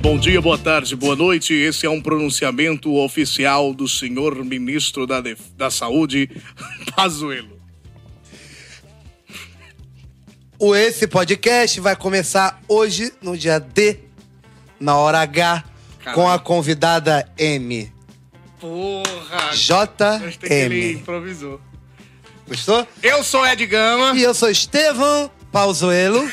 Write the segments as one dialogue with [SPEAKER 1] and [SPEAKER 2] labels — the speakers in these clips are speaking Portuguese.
[SPEAKER 1] Bom dia, boa tarde, boa noite. Esse é um pronunciamento oficial do senhor ministro da, Def... da Saúde, Pazuello.
[SPEAKER 2] O Esse Podcast vai começar hoje, no dia D, na hora H,
[SPEAKER 1] Caralho.
[SPEAKER 2] com a convidada M.
[SPEAKER 1] Porra! Gostei que ele
[SPEAKER 2] JM.
[SPEAKER 1] improvisou.
[SPEAKER 2] Gostou?
[SPEAKER 1] Eu sou Ed Gama.
[SPEAKER 2] E eu sou Estevão Pauzuelo.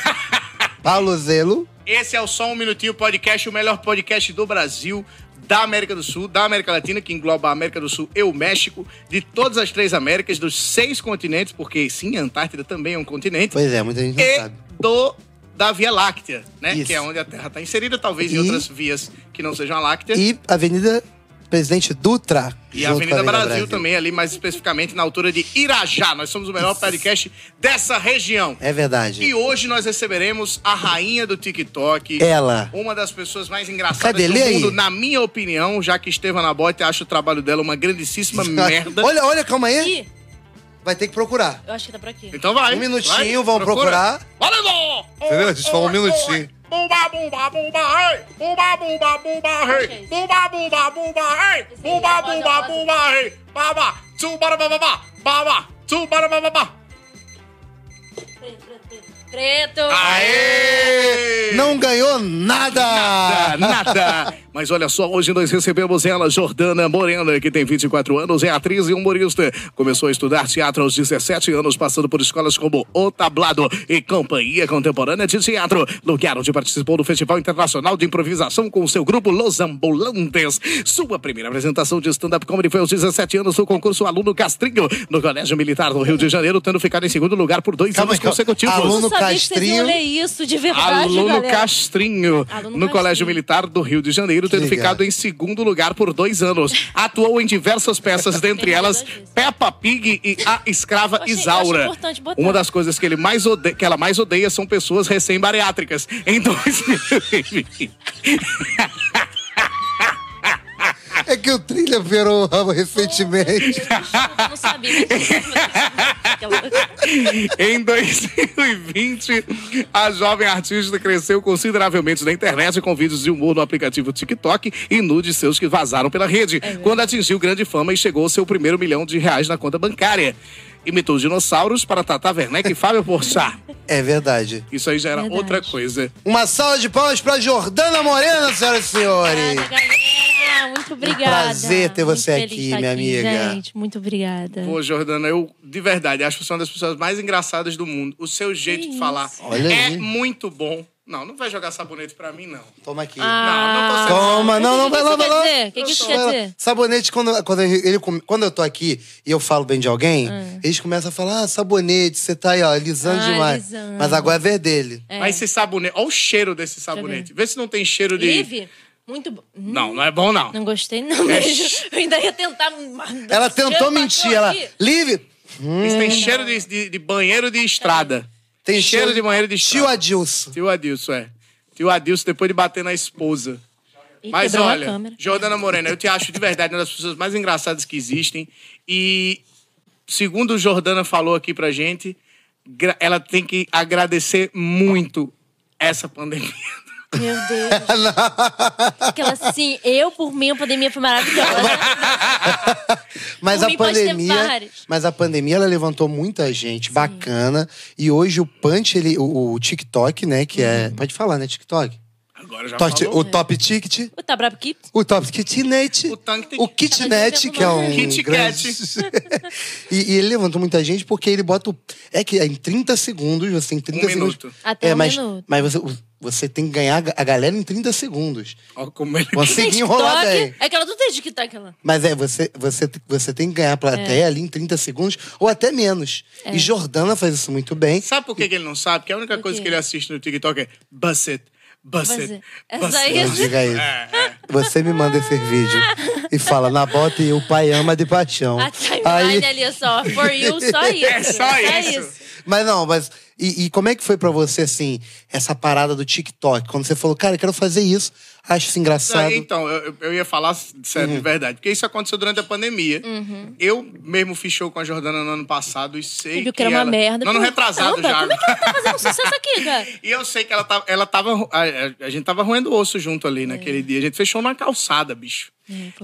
[SPEAKER 2] Paulo Zelo.
[SPEAKER 1] Esse é o Só Um Minutinho Podcast, o melhor podcast do Brasil, da América do Sul, da América Latina, que engloba a América do Sul e o México, de todas as três Américas, dos seis continentes, porque sim, a Antártida também é um continente,
[SPEAKER 2] Pois é, muita gente não
[SPEAKER 1] e
[SPEAKER 2] sabe.
[SPEAKER 1] do da Via Láctea, né?
[SPEAKER 2] Isso.
[SPEAKER 1] Que é onde a Terra está inserida, talvez
[SPEAKER 2] E-
[SPEAKER 1] em outras vias que não sejam a Láctea.
[SPEAKER 2] E Avenida Presidente Dutra.
[SPEAKER 1] E
[SPEAKER 2] junto
[SPEAKER 1] a
[SPEAKER 2] com
[SPEAKER 1] Avenida Brasil, também, ali mais especificamente na altura de Irajá. Nós somos o melhor podcast dessa região.
[SPEAKER 2] É
[SPEAKER 1] E
[SPEAKER 2] verdade.
[SPEAKER 1] hoje nós receberemos a rainha do TikTok.
[SPEAKER 2] Ela.
[SPEAKER 1] Uma das pessoas mais engraçadas
[SPEAKER 2] É. Cadê?
[SPEAKER 1] do
[SPEAKER 2] Lê aí.
[SPEAKER 1] mundo, na minha opinião, já que Estevam Nabote acha o trabalho dela uma grandíssima merda.
[SPEAKER 2] Olha, olha, calma aí.
[SPEAKER 3] Ih,
[SPEAKER 2] Vai ter que procurar.
[SPEAKER 3] eu acho que tá por aqui.
[SPEAKER 1] Então vai.
[SPEAKER 2] Um minutinho, vamos procurar.
[SPEAKER 1] Olha lá!
[SPEAKER 2] Entendeu? Eles falam um minutinho.
[SPEAKER 1] Bumba, bumba, bumba, ei! Bumba, bumba, bumba, ei! Bumba, bumba, bumba, ei! Bumba, bumba, bumba, ei! Baba! Tubara, bababá! Baba! Tubara, bababá!
[SPEAKER 3] Preto!
[SPEAKER 2] Ah,
[SPEAKER 1] Aê!
[SPEAKER 2] Não ganhou
[SPEAKER 1] Nada,
[SPEAKER 2] nada!
[SPEAKER 1] nada. Mas olha só, hoje nós recebemos ela, Jordana Morena, que tem 24 anos, é atriz e humorista. Começou a estudar teatro aos 17 anos, passando por escolas como O Tablado e Companhia Contemporânea de Teatro, lugar onde participou do Festival Internacional de Improvisação com o seu grupo Los Ambulantes. Sua primeira apresentação de stand-up comedy foi aos 17 anos no concurso Aluno Castrinho, no Colégio Militar do Rio de Janeiro, tendo ficado em segundo lugar por dois
[SPEAKER 2] Calma
[SPEAKER 1] anos
[SPEAKER 2] aí, calma.
[SPEAKER 1] consecutivos.
[SPEAKER 3] Eu
[SPEAKER 2] Aluno
[SPEAKER 3] não sabia que vocês
[SPEAKER 2] Castrinho.
[SPEAKER 3] iam ler isso de verdade,
[SPEAKER 1] Aluno
[SPEAKER 3] galera.
[SPEAKER 1] Castrinho,
[SPEAKER 3] Aluno
[SPEAKER 1] no
[SPEAKER 3] Castrinho.
[SPEAKER 1] Colégio Militar do Rio de Janeiro, tendo
[SPEAKER 2] legal.
[SPEAKER 1] ficado em segundo lugar por dois anos. Atuou em diversas peças, dentre
[SPEAKER 3] Ele
[SPEAKER 1] elas
[SPEAKER 3] mudou disso.
[SPEAKER 1] Peppa Pig e A Escrava
[SPEAKER 3] Eu achei- eu acho
[SPEAKER 1] Isaura.
[SPEAKER 3] importante botar.
[SPEAKER 1] Uma das coisas que, ele mais ode- que ela mais odeia são pessoas recém-bariátricas. Em 2020.
[SPEAKER 2] É que o trilha virou um ramo recentemente.
[SPEAKER 3] Desculpa, eu não sabia. Aquela-
[SPEAKER 1] em 2020, a jovem artista cresceu consideravelmente na internet com vídeos de humor no aplicativo TikTok e nudes seus que vazaram pela rede, quando atingiu grande fama e chegou ao seu primeiro milhão de reais na conta bancária. Imitou dinossauros para Tata Werneck e Fábio Porchat.
[SPEAKER 2] É verdade.
[SPEAKER 1] Isso aí já era
[SPEAKER 3] Verdade.
[SPEAKER 1] outra coisa.
[SPEAKER 2] Uma salva de palmas pra Jordana Morena, senhoras e senhores.
[SPEAKER 3] Obrigada, galera. Muito obrigada.
[SPEAKER 2] Um prazer ter você
[SPEAKER 3] Muito
[SPEAKER 2] aqui,
[SPEAKER 3] feliz estar
[SPEAKER 2] minha amiga.
[SPEAKER 3] Gente, muito obrigada.
[SPEAKER 1] Pô, Jordana, eu, de verdade, acho que você é uma das pessoas mais engraçadas do mundo. O seu jeito de
[SPEAKER 3] isso.
[SPEAKER 1] falar
[SPEAKER 2] Olha
[SPEAKER 1] é
[SPEAKER 2] aí.
[SPEAKER 1] muito bom. Não, não vai jogar sabonete pra mim, não.
[SPEAKER 2] Toma aqui.
[SPEAKER 3] Ah.
[SPEAKER 1] Não, não tô sendo-
[SPEAKER 2] Toma, não, não, vai lá, vai lá.
[SPEAKER 3] O que que isso quer dizer?
[SPEAKER 2] Sabonete, quando, quando, ele, come- quando eu tô aqui e eu falo bem de alguém, eles começam a falar: ah, sabonete, você tá aí, ó, lisando
[SPEAKER 3] Ah,
[SPEAKER 2] demais.
[SPEAKER 3] lisando.
[SPEAKER 2] Mas agora é verdelho.
[SPEAKER 1] Mas esse sabonete. Olha o cheiro desse sabonete. Vê se não tem cheiro de.
[SPEAKER 3] Live? Muito bom. Hum,
[SPEAKER 1] Não, não é bom, não.
[SPEAKER 3] Não gostei, não. Beijo. Eu ainda ia tentar.
[SPEAKER 2] Ela tentou
[SPEAKER 3] Cheiro
[SPEAKER 2] mentir,
[SPEAKER 3] pra
[SPEAKER 2] ela.
[SPEAKER 3] aqui.
[SPEAKER 2] Livre!
[SPEAKER 1] Isso
[SPEAKER 3] Hum.
[SPEAKER 1] tem cheiro de, de- de banheiro de estrada.
[SPEAKER 2] Tem
[SPEAKER 1] cheiro
[SPEAKER 2] cheiro-
[SPEAKER 1] de banheiro de
[SPEAKER 2] Tio
[SPEAKER 1] estrada.
[SPEAKER 2] Adilson.
[SPEAKER 1] Tio Adilson, é. Tio Adilson, depois de bater na esposa.
[SPEAKER 3] Ih,
[SPEAKER 1] Mas
[SPEAKER 3] quebrou a
[SPEAKER 1] olha,
[SPEAKER 3] câmera.
[SPEAKER 1] Jordana Morena, eu te acho de verdade uma das pessoas mais engraçadas que existem. E segundo o Jordana falou aqui pra gente, gra- ela tem que agradecer muito essa pandemia.
[SPEAKER 3] Meu Deus. Aquela assim, eu por mim, a pandemia foi maravilhosa.
[SPEAKER 2] Mas
[SPEAKER 3] Por
[SPEAKER 2] a
[SPEAKER 3] mim pode ter
[SPEAKER 2] pandemia,
[SPEAKER 3] vários.
[SPEAKER 2] mas a pandemia ela levantou muita gente bacana e hoje o Punch ele o, o TikTok, né, que é,
[SPEAKER 3] Uhum.
[SPEAKER 2] pode falar, né, TikTok?
[SPEAKER 1] Agora já
[SPEAKER 2] Tote-
[SPEAKER 1] falou.
[SPEAKER 2] o Top Ticket,
[SPEAKER 3] O Tá Brabo Kids?
[SPEAKER 2] o Top Kitnet,
[SPEAKER 1] O Tank Ticket.
[SPEAKER 2] o
[SPEAKER 3] Tá
[SPEAKER 2] Kitnet, que é um
[SPEAKER 1] Kit Kat.
[SPEAKER 2] grande... e, e ele levantou muita gente porque ele bota o... é que em 30 segundos, você em 30
[SPEAKER 1] Um
[SPEAKER 2] segundos.
[SPEAKER 1] minuto.
[SPEAKER 3] Até
[SPEAKER 2] é,
[SPEAKER 3] um
[SPEAKER 2] mas
[SPEAKER 3] minuto.
[SPEAKER 2] mas você você tem que ganhar a galera em 30 segundos.
[SPEAKER 1] Olha como ele...
[SPEAKER 2] Você
[SPEAKER 3] Tem
[SPEAKER 2] que enrolada aí.
[SPEAKER 3] TikTok. É aquela do TikTok, ela.
[SPEAKER 2] Mas é, você, você, você tem que ganhar a plateia
[SPEAKER 3] É.
[SPEAKER 2] ali em 30 segundos ou até menos. E Jordana faz isso muito bem.
[SPEAKER 1] Sabe por que, que ele não sabe? Porque a única coisa
[SPEAKER 3] quê?
[SPEAKER 1] que ele assiste no TikTok é Busset, Busset,
[SPEAKER 3] Busset. É só
[SPEAKER 1] Busset.
[SPEAKER 2] Não
[SPEAKER 3] isso?
[SPEAKER 2] diga isso.
[SPEAKER 1] É,
[SPEAKER 2] Você me manda esse vídeo e fala na bota e o pai ama de paixão.
[SPEAKER 3] A timeline ali é só for you, só isso.
[SPEAKER 1] É só isso.
[SPEAKER 2] Mas não, mas E, e como é que foi pra você, assim, essa parada do TikTok? Quando você falou, cara, eu quero fazer isso, acho isso engraçado.
[SPEAKER 1] Ah, então, eu, eu ia falar sério,
[SPEAKER 2] Uhum.
[SPEAKER 1] de verdade. Porque isso aconteceu durante a pandemia.
[SPEAKER 3] Uhum.
[SPEAKER 1] Eu mesmo fiz show com a Jordana no ano passado e sei
[SPEAKER 3] Você viu
[SPEAKER 1] que,
[SPEAKER 3] que era
[SPEAKER 1] ela...
[SPEAKER 3] uma merda.
[SPEAKER 1] No ano
[SPEAKER 3] Pô,
[SPEAKER 1] retrasado
[SPEAKER 3] anda,
[SPEAKER 1] já.
[SPEAKER 3] Como é que ela tá fazendo sucesso aqui, cara?
[SPEAKER 1] E eu sei que ela tava, ela tava a, a- a gente tava roendo osso junto ali
[SPEAKER 3] É.
[SPEAKER 1] naquele dia. A gente fechou na calçada, bicho.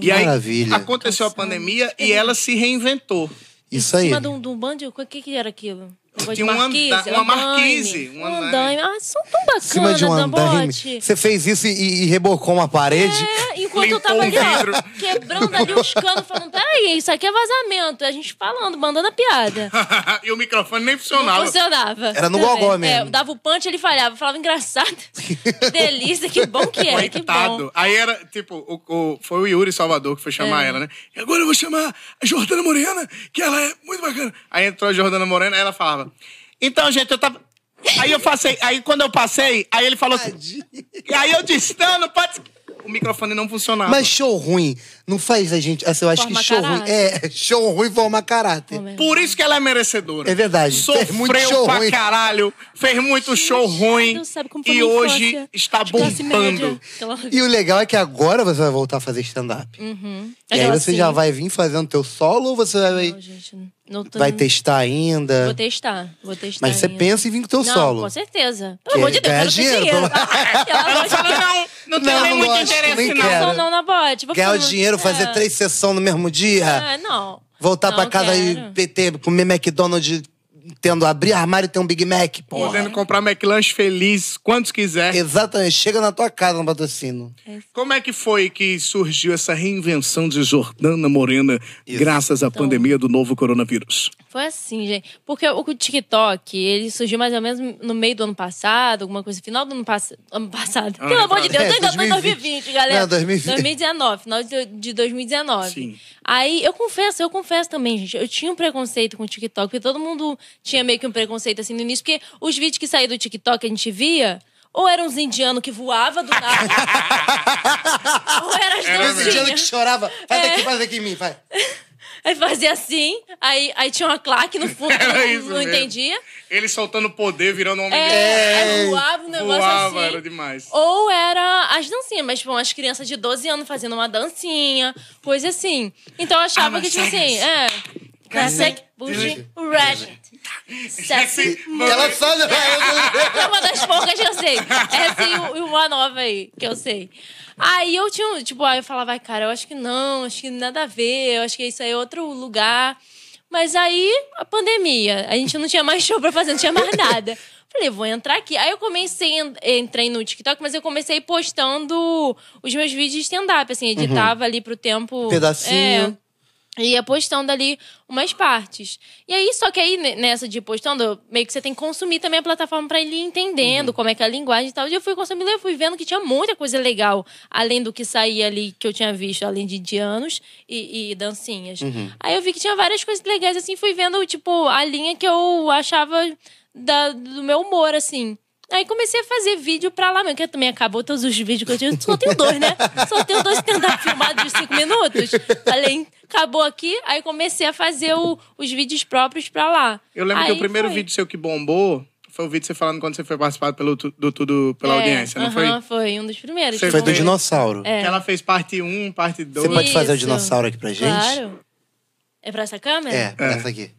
[SPEAKER 1] e aí
[SPEAKER 2] Maravilha.
[SPEAKER 1] aconteceu a
[SPEAKER 3] Calçada. É.
[SPEAKER 1] pandemia e ela se reinventou.
[SPEAKER 2] Isso aí.
[SPEAKER 3] Em cima de um, de um bando, o que que era aquilo? Um
[SPEAKER 1] Tinha um anda- uma marquise, um
[SPEAKER 3] Um
[SPEAKER 1] andaime.
[SPEAKER 3] andaime. Ah, são tão bacanas,
[SPEAKER 2] Em cima de um andaime.
[SPEAKER 3] Dambote.
[SPEAKER 2] Você fez isso e, e rebocou uma parede.
[SPEAKER 3] É,
[SPEAKER 1] Limpou
[SPEAKER 3] enquanto eu tava
[SPEAKER 1] um
[SPEAKER 3] ali, ó,
[SPEAKER 1] vidro.
[SPEAKER 3] quebrando ali os canos, falando, peraí, isso aqui é vazamento. A gente falando, mandando a piada.
[SPEAKER 1] e o microfone nem
[SPEAKER 3] Não
[SPEAKER 1] funcionava.
[SPEAKER 3] funcionava.
[SPEAKER 2] Era no
[SPEAKER 3] Também.
[SPEAKER 2] gogó mesmo.
[SPEAKER 3] É, dava o punch, ele falhava. Falava, engraçado. Que delícia, que bom que era, que bom. É.
[SPEAKER 1] Coitado. Aí era, tipo, o, o- foi o Yuri Salvador que foi chamar ela, né? E agora eu vou chamar a Jordana Morena, que ela é muito bacana. Aí entrou a Jordana Morena, aí ela falava. Então, gente, eu tava. Aí eu passei, aí quando eu passei, aí ele falou
[SPEAKER 3] É.
[SPEAKER 1] assim. E aí eu disse, não, não pode. O microfone não funcionava.
[SPEAKER 2] Mas show ruim não faz a gente. Assim, eu acho
[SPEAKER 3] Forma
[SPEAKER 2] que show ruim.
[SPEAKER 3] caráter.
[SPEAKER 2] É, show ruim forma caráter.
[SPEAKER 1] Por isso que ela é merecedora.
[SPEAKER 2] É verdade. Fez
[SPEAKER 1] Sofreu
[SPEAKER 2] muito show
[SPEAKER 1] pra
[SPEAKER 2] ruim.
[SPEAKER 1] caralho, fez muito show ruim.
[SPEAKER 3] Não sabe como foi
[SPEAKER 1] E
[SPEAKER 3] minha
[SPEAKER 1] hoje
[SPEAKER 3] infância.
[SPEAKER 1] está
[SPEAKER 3] De classe média.
[SPEAKER 1] bombando.
[SPEAKER 3] Aquela-
[SPEAKER 2] E o legal é que agora você vai voltar a fazer stand-up.
[SPEAKER 3] Hum.
[SPEAKER 2] E aí
[SPEAKER 3] Aquela
[SPEAKER 2] você
[SPEAKER 3] assim.
[SPEAKER 2] já vai vir fazendo teu solo ou você vai,
[SPEAKER 3] Não, gente, não tô-
[SPEAKER 2] vai testar ainda?
[SPEAKER 3] Vou testar, vou testar.
[SPEAKER 2] Mas você
[SPEAKER 3] ainda.
[SPEAKER 2] pensa em vir com teu
[SPEAKER 3] não,
[SPEAKER 2] solo.
[SPEAKER 3] com certeza. Pelo
[SPEAKER 2] Que
[SPEAKER 3] amor de Deus,
[SPEAKER 2] ganha
[SPEAKER 3] eu não tenho
[SPEAKER 2] dinheiro,
[SPEAKER 3] dinheiro. Pelo amor
[SPEAKER 1] Ela
[SPEAKER 3] de
[SPEAKER 1] fala,
[SPEAKER 3] Deus.
[SPEAKER 1] não, não tem
[SPEAKER 2] Não,
[SPEAKER 1] nem
[SPEAKER 2] não
[SPEAKER 1] muito
[SPEAKER 2] gosto, nem
[SPEAKER 1] interesse, não.
[SPEAKER 2] quero.
[SPEAKER 3] Não, não, na bote. vou
[SPEAKER 2] Ganhar o
[SPEAKER 3] falando,
[SPEAKER 2] dinheres, fazer
[SPEAKER 3] é.
[SPEAKER 2] três sessões no mesmo dia,
[SPEAKER 3] É, não.
[SPEAKER 2] voltar
[SPEAKER 3] Não
[SPEAKER 2] pra casa
[SPEAKER 3] quero.
[SPEAKER 2] e PT, comer McDonald's, tendo abrir armário e ter um Big Mac, porra.
[SPEAKER 1] Podendo
[SPEAKER 3] É.
[SPEAKER 1] comprar McLanche feliz, quantos quiser.
[SPEAKER 2] Exatamente, chega na tua casa no patrocínio.
[SPEAKER 1] Como é que foi que surgiu essa reinvenção?
[SPEAKER 4] Invenção de Jordana Morena, graças à
[SPEAKER 1] Então.
[SPEAKER 4] pandemia do novo coronavírus.
[SPEAKER 3] Foi assim, gente. Porque o o TikTok, ele surgiu mais ou menos no meio do ano passado, alguma coisa, final do ano, pass ano passado. Pelo amor de Deus,
[SPEAKER 2] É,
[SPEAKER 3] eu ainda tô em
[SPEAKER 2] 2020,
[SPEAKER 3] 2020, galera.
[SPEAKER 2] Não, 2020.
[SPEAKER 3] 2019, final de de 2019.
[SPEAKER 4] Sim.
[SPEAKER 3] Aí, eu confesso, eu confesso também, gente, eu tinha um preconceito com o TikTok, porque todo mundo tinha meio que um preconceito assim no início, porque os vídeos que saíam do TikTok a gente via, ou eram uns indianos que voavam do nada, ou eram as
[SPEAKER 2] Esse indiano que
[SPEAKER 3] dancinhas.
[SPEAKER 2] chorava, faz
[SPEAKER 1] É.
[SPEAKER 2] aqui, faz aqui em mim, vai.
[SPEAKER 3] Aí fazia assim, aí, aí tinha uma claque no fundo, que eu
[SPEAKER 1] Era
[SPEAKER 3] não,
[SPEAKER 1] isso
[SPEAKER 3] não
[SPEAKER 1] mesmo.
[SPEAKER 3] entendia.
[SPEAKER 1] Ele soltando poder, virando um homem
[SPEAKER 3] É, aí voava um
[SPEAKER 1] de
[SPEAKER 3] negócio
[SPEAKER 1] voava,
[SPEAKER 3] assim.
[SPEAKER 1] era demais.
[SPEAKER 3] Ou era as dancinhas, mas tipo, as crianças de 12 anos fazendo uma dancinha, coisa assim. Então eu
[SPEAKER 1] Ah,
[SPEAKER 3] achava que, tipo assim, é. Classic, Bougie, Ratchet. Sexy.
[SPEAKER 2] E ela só.
[SPEAKER 3] É uma das poucas que eu sei. Essa e o- e uma nova aí, que eu sei. Aí eu tinha, um- tipo, aí eu falava, "Ai, cara, eu acho que não, acho que nada a ver, eu acho que isso aí é outro lugar. Mas aí, a pandemia, a gente não tinha mais show pra fazer, não tinha mais nada. Falei, vou entrar aqui. Aí eu comecei, en- entrei no TikTok, mas eu comecei postando os meus vídeos de stand-up, assim, editava ali pro tempo.
[SPEAKER 2] Um Pedacinho.
[SPEAKER 3] É, e ia postando ali umas partes. E aí, só que aí, ne- nessa de postando, meio que você tem que consumir também a plataforma pra ele ir entendendo como é que é a linguagem e tal. E eu fui consumindo e eu fui vendo que tinha muita coisa legal, além do que saía ali, que eu tinha visto, além de indianos e, e dancinhas. Aí eu vi que tinha várias coisas legais, assim, fui vendo, tipo, a linha que eu achava da- do meu humor, assim. Aí comecei a fazer vídeo pra lá mesmo, que também acabou todos os vídeos que eu tinha. Só tenho dois, né? Só tenho dois stand-up filmados de cinco minutos. Falei, acabou aqui. Aí comecei a fazer o- os vídeos próprios pra lá.
[SPEAKER 1] Eu lembro que
[SPEAKER 3] Aí
[SPEAKER 1] o primeiro
[SPEAKER 3] foi.
[SPEAKER 1] vídeo seu que bombou foi o vídeo você falando quando você foi participado pelo, tu- do Tudo pela
[SPEAKER 3] É,
[SPEAKER 1] audiência, não foi?
[SPEAKER 3] aham, foi um dos primeiros.
[SPEAKER 1] Você
[SPEAKER 2] Foi do
[SPEAKER 1] Foi.
[SPEAKER 2] dinossauro.
[SPEAKER 1] Que ela fez parte 1, parte 2.
[SPEAKER 2] Você pode fazer o
[SPEAKER 3] Isso.
[SPEAKER 2] dinossauro aqui pra gente?
[SPEAKER 3] Claro. É pra essa câmera?
[SPEAKER 2] É, essa aqui.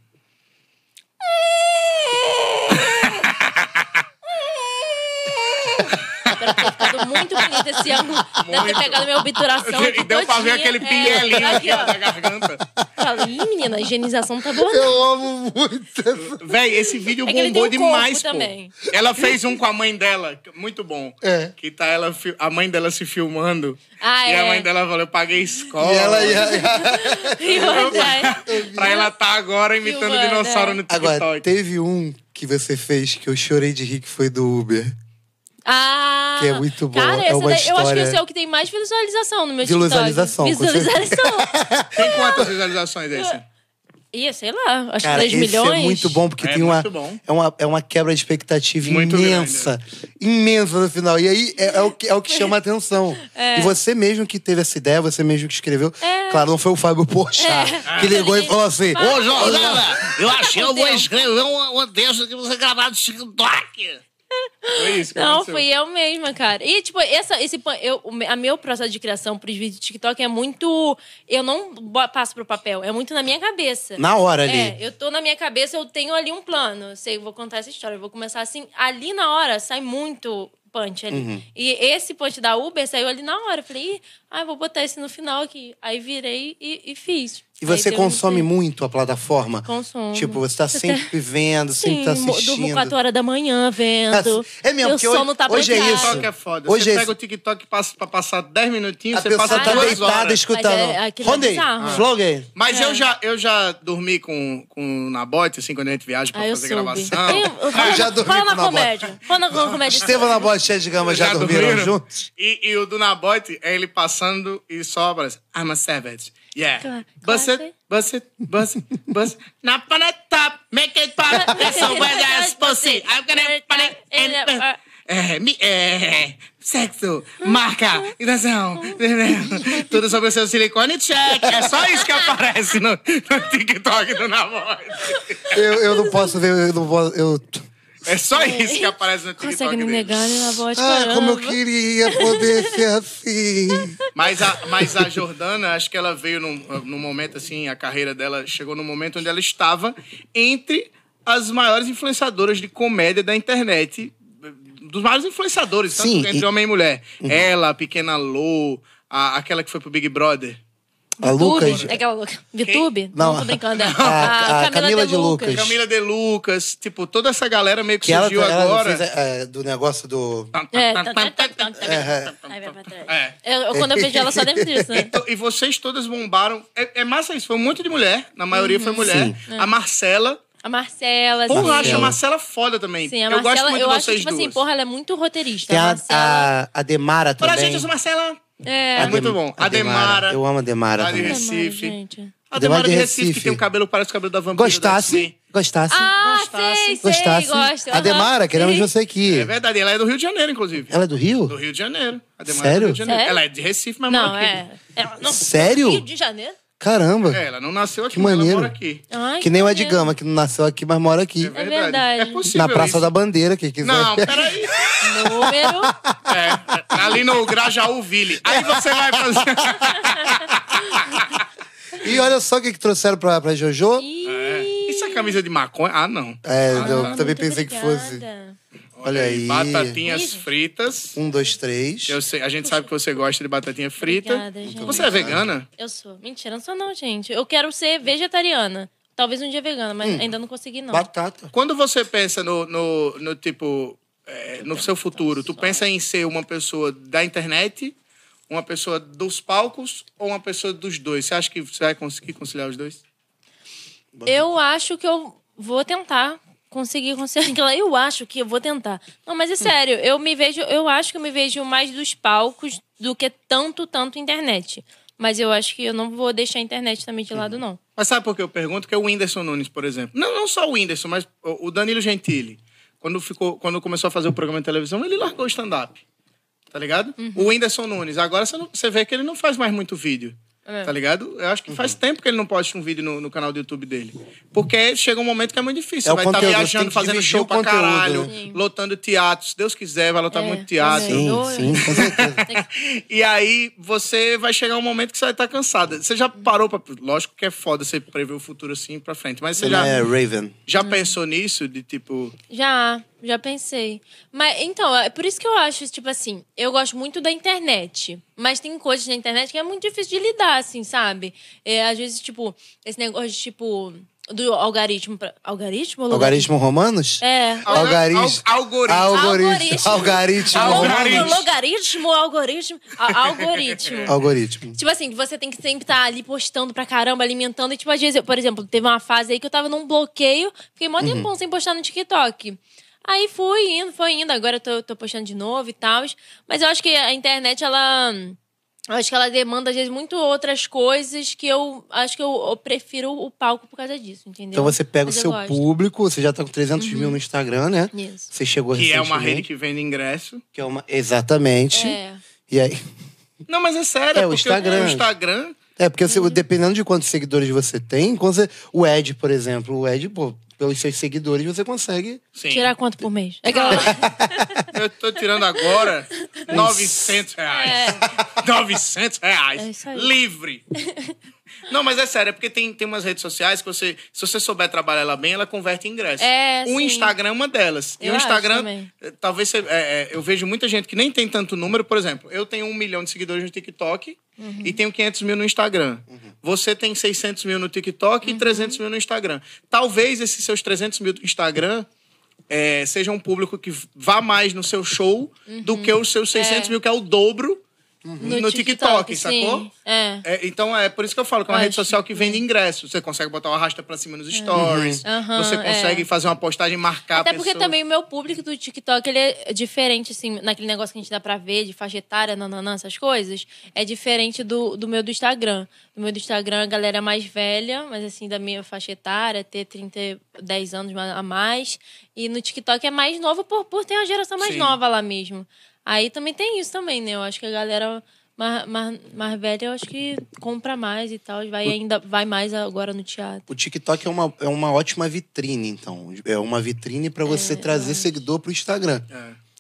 [SPEAKER 3] Ficou muito bonito esse ângulo. Deve ter pegado minha obturação. É.
[SPEAKER 1] E deu pra ver aquele
[SPEAKER 3] pinhelinho.
[SPEAKER 1] pinhelinho é. aqui, ó,
[SPEAKER 3] ó.
[SPEAKER 1] da garganta.
[SPEAKER 3] Falei, Ih, menina, a higienização tá boa. não."
[SPEAKER 2] Eu amo muito essa.
[SPEAKER 1] Véi, esse vídeo
[SPEAKER 3] É que ele
[SPEAKER 1] bombou
[SPEAKER 3] tem um corpo
[SPEAKER 1] demais, pô.
[SPEAKER 3] também.
[SPEAKER 1] Ela fez um com a mãe dela, que- muito bom.
[SPEAKER 2] É.
[SPEAKER 1] Que tá ela, fi- a mãe dela se filmando.
[SPEAKER 3] Ah,
[SPEAKER 1] e
[SPEAKER 3] é.
[SPEAKER 1] a mãe dela falou, eu paguei escola.
[SPEAKER 2] E ela ia.
[SPEAKER 3] E olha,
[SPEAKER 1] Pra ela tá agora imitando
[SPEAKER 3] é. Filmando,
[SPEAKER 1] dinossauro
[SPEAKER 3] é.
[SPEAKER 1] no TikTok.
[SPEAKER 2] Agora, teve um que você fez que eu chorei de rir, que foi do Uber.
[SPEAKER 3] Ah!
[SPEAKER 2] Que é muito bom,
[SPEAKER 3] Cara,
[SPEAKER 2] é
[SPEAKER 3] essa
[SPEAKER 2] uma
[SPEAKER 3] daí, eu acho que
[SPEAKER 2] história-
[SPEAKER 3] esse é o que tem mais visualização no meu
[SPEAKER 2] Visualização, com
[SPEAKER 3] TikTok. Visualização.
[SPEAKER 1] Tem quantas visualizações aí,
[SPEAKER 3] Ih, sei lá, acho que
[SPEAKER 2] Cara,
[SPEAKER 3] 3
[SPEAKER 2] esse
[SPEAKER 3] milhões.
[SPEAKER 2] é muito bom, porque
[SPEAKER 1] É
[SPEAKER 2] tem uma,
[SPEAKER 1] muito bom.
[SPEAKER 2] é uma. É uma quebra de expectativa
[SPEAKER 1] Muito
[SPEAKER 2] imensa. Imensa no final. E aí é, é o, que, é o que chama a atenção.
[SPEAKER 1] É.
[SPEAKER 2] E você mesmo que teve essa ideia, você mesmo que escreveu. Claro, não foi o Fábio Porchat
[SPEAKER 1] É.
[SPEAKER 2] que ligou e falou assim:
[SPEAKER 1] Ah,
[SPEAKER 4] Ô, Jordana, eu acho que eu vou
[SPEAKER 3] Deus.
[SPEAKER 4] escrever um, um texto que você gravar no TikTok.
[SPEAKER 1] Foi isso que
[SPEAKER 3] Não,
[SPEAKER 1] aconteceu.
[SPEAKER 3] fui eu mesma, cara. E, tipo, essa, esse, pan- eu, o me- a meu processo de criação pros vídeos do TikTok é muito. Eu não bo- passo pro papel, é muito na minha cabeça.
[SPEAKER 2] na hora ali.
[SPEAKER 3] É, eu tô na minha cabeça, eu tenho ali um plano. Eu sei, eu vou contar essa história, eu vou começar assim. Ali na hora sai muito punch ali.
[SPEAKER 2] Uhum.
[SPEAKER 3] E esse punch da Uber saiu ali na hora. Eu falei, Ih, ah, vou botar esse no final aqui. Aí virei e, e fiz.
[SPEAKER 2] E você
[SPEAKER 3] Aí deu um-
[SPEAKER 2] consome muito a plataforma?
[SPEAKER 3] Consumo.
[SPEAKER 2] Tipo, você tá sempre vendo, sempre
[SPEAKER 3] Sim,
[SPEAKER 2] tá
[SPEAKER 3] mo-
[SPEAKER 2] assistindo.
[SPEAKER 3] durmo 4 horas da manhã vendo.
[SPEAKER 2] É mesmo,
[SPEAKER 3] Meu
[SPEAKER 2] porque hoje-
[SPEAKER 3] sono tá
[SPEAKER 2] hoje é
[SPEAKER 3] bancado.
[SPEAKER 2] isso.
[SPEAKER 1] TikTok é foda.
[SPEAKER 2] Hoje
[SPEAKER 1] você
[SPEAKER 2] é
[SPEAKER 1] pega
[SPEAKER 2] isso.
[SPEAKER 1] o TikTok pra, pra passar 10 minutinhos,
[SPEAKER 2] A
[SPEAKER 1] você passa
[SPEAKER 2] pessoa tá
[SPEAKER 1] duas
[SPEAKER 2] deitada
[SPEAKER 1] horas.
[SPEAKER 2] escutando.
[SPEAKER 3] Mas é- aquilo é
[SPEAKER 2] Rondei,
[SPEAKER 3] bizarro.
[SPEAKER 2] Vloguei.
[SPEAKER 1] Mas eu, já, eu já dormi com, com na bote, assim, quando a gente viaja pra
[SPEAKER 3] Aí Ah, eu
[SPEAKER 1] fazer
[SPEAKER 3] soube. um-
[SPEAKER 1] gravação.
[SPEAKER 3] Eu- eu- fala-
[SPEAKER 2] já dormi
[SPEAKER 3] Fala
[SPEAKER 2] com
[SPEAKER 3] na
[SPEAKER 2] uma
[SPEAKER 3] comédia. Fala na na comédia.
[SPEAKER 2] Estevam na bola cheia de gama já, dormiram, juntos?
[SPEAKER 1] E, e o do Nabote é ele passando e só aparece. I'm a savage. Yeah.
[SPEAKER 3] Claro,
[SPEAKER 1] Bust
[SPEAKER 3] claro.
[SPEAKER 1] it, bust it, bust it, bust it. Now put it top, make it pop. That's the way that's pussy. I'm gonna put
[SPEAKER 3] tá,
[SPEAKER 1] it in... É, mi, é, sexo, marca, irritação, tudo sobre o seu silicone check. É só isso que aparece no, no TikTok do Nabote.
[SPEAKER 2] Eu, eu não posso ver, eu não posso. Eu...
[SPEAKER 1] É só isso que aparece no TikTok
[SPEAKER 3] Consegue me
[SPEAKER 1] dele.
[SPEAKER 3] negar, né, na bote?
[SPEAKER 2] Ah, como eu
[SPEAKER 3] caramba.
[SPEAKER 2] queria poder ser assim.
[SPEAKER 1] Mas a, mas a Jordana, acho que ela veio num, num momento assim, a carreira dela chegou num momento onde ela estava entre as maiores influenciadoras de comédia da internet. Dos maiores influenciadores, tanto
[SPEAKER 2] Sim,
[SPEAKER 1] entre
[SPEAKER 2] e- Uhum.
[SPEAKER 1] homem e mulher. Ela, a pequena Lou, a- aquela que foi pro Big Brother.
[SPEAKER 2] A Lucas.
[SPEAKER 3] Vitube? É aquela louca. Vitube?
[SPEAKER 2] Não,
[SPEAKER 3] Não, tô brincando.
[SPEAKER 2] a-
[SPEAKER 3] é.
[SPEAKER 2] a- a Camila de Lucas.
[SPEAKER 1] Camila De Lucas, tipo, toda essa galera meio que,
[SPEAKER 2] Que ela, tá-
[SPEAKER 1] surgiu
[SPEAKER 2] ela
[SPEAKER 1] agora.
[SPEAKER 2] fez é, do negócio do.
[SPEAKER 3] É. tá, tá, tá, tá, tá. Aí vai pra trás.
[SPEAKER 1] É.
[SPEAKER 3] Eu, eu- quando eu vejo ela, só lembro disso, né?
[SPEAKER 1] Então, e vocês todas bombaram. É, é massa isso, foi muito de mulher. Na maioria
[SPEAKER 2] Uhum.
[SPEAKER 1] foi mulher. A Marcela.
[SPEAKER 3] A Marcela,
[SPEAKER 1] Porra, eu
[SPEAKER 3] assim.
[SPEAKER 1] acho a Marcela foda também.
[SPEAKER 3] Sim, a
[SPEAKER 1] eu gosto
[SPEAKER 3] Marcela,
[SPEAKER 1] muito
[SPEAKER 3] eu
[SPEAKER 1] de
[SPEAKER 3] acho,
[SPEAKER 1] vocês
[SPEAKER 3] tipo
[SPEAKER 1] duas.
[SPEAKER 3] assim, porra, ela é muito roteirista.
[SPEAKER 2] Tem
[SPEAKER 3] a
[SPEAKER 2] a,
[SPEAKER 3] Marcela.
[SPEAKER 2] a, a Demara
[SPEAKER 1] Pra
[SPEAKER 2] também.
[SPEAKER 1] gente, eu sou Marcela.
[SPEAKER 3] É.
[SPEAKER 1] É muito bom. A Demara.
[SPEAKER 2] Eu amo a Demara.
[SPEAKER 1] A
[SPEAKER 2] também.
[SPEAKER 1] Demara. Recife.
[SPEAKER 3] gente.
[SPEAKER 1] A Demara
[SPEAKER 2] Ademar de
[SPEAKER 1] de Recife,
[SPEAKER 2] Recife.
[SPEAKER 1] que tem um cabelo que parece o cabelo da vampira. né? da
[SPEAKER 2] Gostasse?
[SPEAKER 1] Disney.
[SPEAKER 2] Gostasse?
[SPEAKER 3] Ah,
[SPEAKER 1] Gostasse.
[SPEAKER 3] sei, sei,
[SPEAKER 2] gostasse?
[SPEAKER 3] gosto.
[SPEAKER 2] a Demara,
[SPEAKER 3] aham,
[SPEAKER 2] queremos
[SPEAKER 3] sim.
[SPEAKER 2] você aqui.
[SPEAKER 1] É verdade, ela é do Rio de Janeiro, inclusive.
[SPEAKER 2] Ela é do Rio?
[SPEAKER 1] Do Rio de Janeiro. A Demara
[SPEAKER 2] Sério?
[SPEAKER 1] É do Rio de Janeiro.
[SPEAKER 3] Sério?
[SPEAKER 1] Ela é de Recife, mas
[SPEAKER 3] Não,
[SPEAKER 1] mora aqui.
[SPEAKER 3] é. Ela, não,
[SPEAKER 2] Sério?
[SPEAKER 3] Rio de Janeiro?
[SPEAKER 2] Caramba.
[SPEAKER 1] É, ela não nasceu aqui,
[SPEAKER 2] Que
[SPEAKER 1] mas ela
[SPEAKER 2] maneiro.
[SPEAKER 1] mora aqui.
[SPEAKER 3] Ai,
[SPEAKER 2] que nem o Ed
[SPEAKER 3] maneiro.
[SPEAKER 2] Gama, que não nasceu aqui, mas mora aqui.
[SPEAKER 3] É verdade.
[SPEAKER 1] É possível
[SPEAKER 2] Na Praça
[SPEAKER 1] isso.
[SPEAKER 2] da Bandeira, quem quiser.
[SPEAKER 1] Não, peraí.
[SPEAKER 3] Número.
[SPEAKER 1] É, ali no Grajaú Ville. Aí você vai fazer...
[SPEAKER 2] E olha só o que, que trouxeram pra, pra Jojo.
[SPEAKER 1] Isso é camisa de maconha? Ah, não.
[SPEAKER 2] É, eu
[SPEAKER 3] Ah,
[SPEAKER 2] também
[SPEAKER 3] muito
[SPEAKER 2] pensei que fosse.
[SPEAKER 3] obrigada.
[SPEAKER 2] Olha aí.
[SPEAKER 1] Batatinhas
[SPEAKER 3] Ih.
[SPEAKER 1] fritas.
[SPEAKER 2] Um, dois, três.
[SPEAKER 1] Eu sei- a gente sabe que você gosta de batatinha frita.
[SPEAKER 3] Obrigada, gente.
[SPEAKER 1] Você é vegana?
[SPEAKER 3] Eu sou. Mentira, não sou não, gente. Eu quero ser vegetariana. Talvez um dia vegana,
[SPEAKER 2] Hum.
[SPEAKER 3] mas ainda não consegui, não.
[SPEAKER 2] Batata.
[SPEAKER 1] Quando você pensa no, no, no tipo, é, no seu futuro, tu pensa em ser uma pessoa da internet, uma pessoa dos palcos ou uma pessoa dos dois? Você acha que você vai conseguir conciliar os dois?
[SPEAKER 3] Eu acho que eu vou tentar conseguir conseguir. Eu acho que eu vou tentar. Não, mas é sério, eu me vejo, eu acho que eu me vejo mais dos palcos do que tanto, tanto internet. Mas eu acho que eu não vou deixar a internet também de lado, não.
[SPEAKER 1] Mas sabe por que eu pergunto? Que é o Whindersson Nunes, por exemplo. Não, não só o Whindersson, mas o o Danilo Gentili. Quando, ficou, quando começou a fazer o programa de televisão, ele largou o stand-up. Tá ligado?
[SPEAKER 3] Uhum.
[SPEAKER 1] O Whindersson Nunes. Agora você, não- você vê que ele não faz mais muito vídeo.
[SPEAKER 3] É.
[SPEAKER 1] Tá ligado? Eu acho que
[SPEAKER 3] Uhum.
[SPEAKER 1] faz tempo que ele não posta um vídeo no, no canal do YouTube dele. Porque chega um momento que é muito difícil.
[SPEAKER 2] É o
[SPEAKER 1] vai estar
[SPEAKER 2] conteúdo, você tem
[SPEAKER 1] viajando,
[SPEAKER 2] que
[SPEAKER 1] fazendo
[SPEAKER 2] dividir
[SPEAKER 1] show
[SPEAKER 2] o
[SPEAKER 1] pra
[SPEAKER 2] conteúdo,
[SPEAKER 1] caralho,
[SPEAKER 2] né?
[SPEAKER 1] lotando teatro. Se Deus quiser, vai lotar
[SPEAKER 3] É,
[SPEAKER 1] muito teatro.
[SPEAKER 3] também.
[SPEAKER 2] Sim,
[SPEAKER 3] Dois.
[SPEAKER 2] sim, com certeza.
[SPEAKER 1] E aí você vai chegar um momento que você vai estar cansada. Você já parou pra. Lógico que é foda você prever o futuro assim pra frente, mas você
[SPEAKER 2] Você não
[SPEAKER 1] já,
[SPEAKER 2] é Raven.
[SPEAKER 1] já pensou nisso? De tipo.
[SPEAKER 3] Já, já pensei. Mas então, é por isso que eu acho, tipo assim, eu gosto muito da internet. Mas tem coisas na internet que é muito difícil de lidar, assim, sabe? É, às vezes, tipo, esse negócio, de, tipo, do algarismo. Pra... Algarismo? ou
[SPEAKER 2] Algarismo romanos?
[SPEAKER 3] É.
[SPEAKER 2] Algarismo.
[SPEAKER 1] Al- algoritmo.
[SPEAKER 2] Algoritmo. Algarismo.
[SPEAKER 1] Tipo,
[SPEAKER 3] Algoritmo.
[SPEAKER 2] romanos.
[SPEAKER 3] Logaritmo, algoritmo. a- Algoritmo.
[SPEAKER 2] Algoritmo.
[SPEAKER 3] Tipo assim, você tem que sempre estar ali postando pra caramba, alimentando. E, tipo, às vezes, eu- por exemplo, teve uma fase aí que eu tava num bloqueio, fiquei mó
[SPEAKER 2] Uhum.
[SPEAKER 3] tempão sem postar no TikTok. Aí fui indo, foi indo, agora eu tô, tô postando de novo e tal. Mas eu acho que a internet, ela. Eu acho que ela demanda, às vezes, muito outras coisas que eu acho que eu, eu prefiro o palco por causa disso, entendeu?
[SPEAKER 2] Então você pega
[SPEAKER 3] É. Mas
[SPEAKER 2] o
[SPEAKER 3] eu
[SPEAKER 2] seu
[SPEAKER 3] gosto. Uhum.
[SPEAKER 2] público, você já tá com 300 mil no Instagram, né?
[SPEAKER 3] Isso.
[SPEAKER 2] Você chegou
[SPEAKER 1] Que é uma
[SPEAKER 2] recentemente,
[SPEAKER 1] rede que vende ingresso.
[SPEAKER 2] que é uma- Exatamente.
[SPEAKER 3] É.
[SPEAKER 2] E aí...
[SPEAKER 1] Não, mas é sério,
[SPEAKER 2] É, o
[SPEAKER 1] porque
[SPEAKER 2] Instagram.
[SPEAKER 1] o Instagram.
[SPEAKER 2] É, porque
[SPEAKER 3] Uhum.
[SPEAKER 2] você- dependendo de quantos seguidores você tem, quando você- o Ed, por exemplo, o Ed, pô, pelos seus seguidores você consegue.
[SPEAKER 1] Sim.
[SPEAKER 3] Tirar quanto por mês? Aquela...
[SPEAKER 1] Eu tô tirando agora
[SPEAKER 3] É.
[SPEAKER 1] 900 reais. 900 reais.
[SPEAKER 3] É isso aí.
[SPEAKER 1] Livre. Não, mas é sério, é porque tem, tem umas redes sociais que você, se você souber trabalhar ela bem, ela converte em ingresso.
[SPEAKER 3] É,
[SPEAKER 1] o
[SPEAKER 3] sim.
[SPEAKER 1] Instagram é uma delas. e
[SPEAKER 3] Eu
[SPEAKER 1] o
[SPEAKER 3] acho
[SPEAKER 1] Instagram,
[SPEAKER 3] também.
[SPEAKER 1] eh, talvez você- é, é, eu vejo muita gente que nem tem tanto número. Por exemplo, eu tenho um milhão de seguidores no TikTok
[SPEAKER 3] Uhum.
[SPEAKER 1] e tenho 500 mil no Instagram. Você tem 600 mil no TikTok
[SPEAKER 3] Uhum.
[SPEAKER 1] e 300 mil no Instagram. Talvez esses seus 300 mil do Instagram é, seja um público que vá mais no seu show
[SPEAKER 3] Uhum.
[SPEAKER 1] do que os seus 600 mil, que é o dobro no, TikTok, sacou?
[SPEAKER 3] sim. É.
[SPEAKER 1] É, então é por isso que eu falo que é uma
[SPEAKER 3] Acho
[SPEAKER 1] rede social que vende ingresso. Você consegue botar o arrasta pra cima nos stories.
[SPEAKER 3] Uhum. Aham,
[SPEAKER 1] você consegue fazer uma postagem e marcar
[SPEAKER 3] Até
[SPEAKER 1] a pessoa.
[SPEAKER 3] porque também o meu público do TikTok, ele é diferente, assim, naquele negócio que a gente dá pra ver, de faixa etária, nananã, essas coisas. É diferente do, do meu do Instagram. Do meu do Instagram, a galera é mais velha, mas assim, da minha faixa etária, ter 30, 10 anos ma- a mais. E no TikTok é mais novo por, por ter uma geração mais
[SPEAKER 1] Sim.
[SPEAKER 3] nova lá mesmo. Aí também tem isso também, né? Eu acho que a galera mais, mais, mais velha, eu acho que compra mais e tal. Vai ainda, vai mais agora no teatro.
[SPEAKER 2] O TikTok é uma, é uma ótima vitrine, então. É uma vitrine pra você trazer seguidor pro Instagram.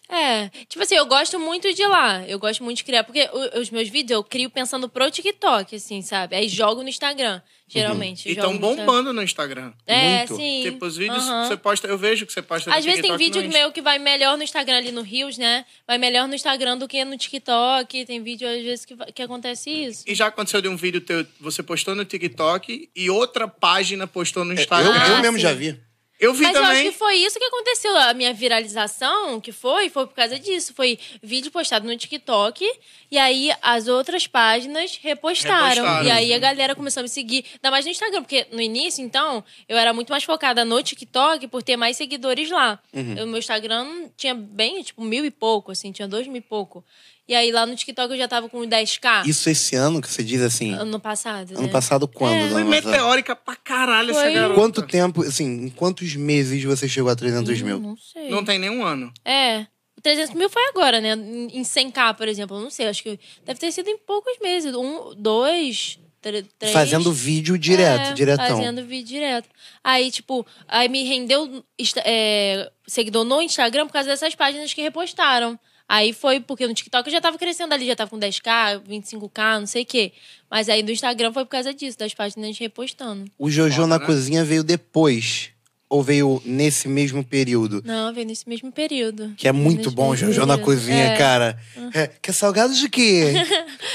[SPEAKER 3] É, tipo assim, eu gosto muito de lá. Eu gosto muito de criar. Porque o- os meus vídeos eu crio pensando pro TikTok, assim, sabe? Aí jogo no Instagram, geralmente.
[SPEAKER 1] Uhum. E
[SPEAKER 3] jogo
[SPEAKER 1] tão
[SPEAKER 3] no Instagram.
[SPEAKER 1] bombando no Instagram.
[SPEAKER 3] É,
[SPEAKER 2] muito.
[SPEAKER 3] sim.
[SPEAKER 1] Tipo, os vídeos
[SPEAKER 3] Aham.
[SPEAKER 1] que você posta, eu vejo que você posta no
[SPEAKER 3] Às vezes tem
[SPEAKER 1] TikTok,
[SPEAKER 3] vídeo
[SPEAKER 1] não enche.
[SPEAKER 3] meu que vai melhor no Instagram ali no Rios, né? Vai melhor no Instagram do que no TikTok. Tem vídeo, às vezes, que, va- que acontece isso.
[SPEAKER 1] E já aconteceu de um vídeo teu, você postou no TikTok e outra página postou no
[SPEAKER 2] É, Eu,
[SPEAKER 1] Instagram.
[SPEAKER 2] eu
[SPEAKER 3] Ah,
[SPEAKER 2] mesmo
[SPEAKER 3] sim.
[SPEAKER 2] já vi. né?
[SPEAKER 1] Eu vi
[SPEAKER 3] Mas eu acho
[SPEAKER 1] também.
[SPEAKER 3] que foi isso que aconteceu. A minha viralização, que foi, foi por causa disso. Foi vídeo postado no TikTok e aí as outras páginas repostaram.
[SPEAKER 1] Repostaram.
[SPEAKER 3] E aí a galera começou a me seguir. Ainda mais no Instagram, porque no início, então, eu era muito mais focada no TikTok por ter mais seguidores lá. O meu Instagram tinha bem, tipo, mil e pouco, assim, tinha dois mil e pouco. E aí lá no TikTok eu já tava com
[SPEAKER 1] Ah.
[SPEAKER 3] 10k
[SPEAKER 2] Isso esse ano que você diz assim.
[SPEAKER 3] ano passado.
[SPEAKER 2] Ano
[SPEAKER 3] né?
[SPEAKER 2] passado quando?
[SPEAKER 1] Foi
[SPEAKER 2] Dona Rosa?
[SPEAKER 1] meteórica pra caralho essa
[SPEAKER 3] Foi.
[SPEAKER 1] garota.
[SPEAKER 2] é. Quanto tempo, assim, em quantos meses você chegou a 300
[SPEAKER 3] Hum,
[SPEAKER 2] mil?
[SPEAKER 3] Não sei.
[SPEAKER 1] Não tem nenhum ano.
[SPEAKER 3] É. 300 mil foi agora, né? Em em 100k, por exemplo. Eu não sei, acho que deve ter sido em poucos meses. Um, dois, tre- três.
[SPEAKER 2] Fazendo vídeo direto,
[SPEAKER 3] É,
[SPEAKER 2] diretão.
[SPEAKER 3] Fazendo vídeo direto. Aí, tipo, aí me rendeu insta- é, seguidor no Instagram por causa dessas páginas que repostaram. Aí foi porque no TikTok eu já tava crescendo ali, já tava com 10k, 25k, não sei o quê. Mas aí do Instagram foi por causa disso, das páginas repostando.
[SPEAKER 2] O Jojo
[SPEAKER 1] Foda,
[SPEAKER 2] na
[SPEAKER 1] né?
[SPEAKER 2] cozinha veio depois. Ou veio nesse mesmo período?
[SPEAKER 3] Não, veio nesse mesmo período.
[SPEAKER 2] Que é muito
[SPEAKER 3] Nesse
[SPEAKER 2] bom,
[SPEAKER 3] mesmo
[SPEAKER 2] Jojo na
[SPEAKER 3] período.
[SPEAKER 2] cozinha,
[SPEAKER 3] É.
[SPEAKER 2] cara. É, que é salgado de quê?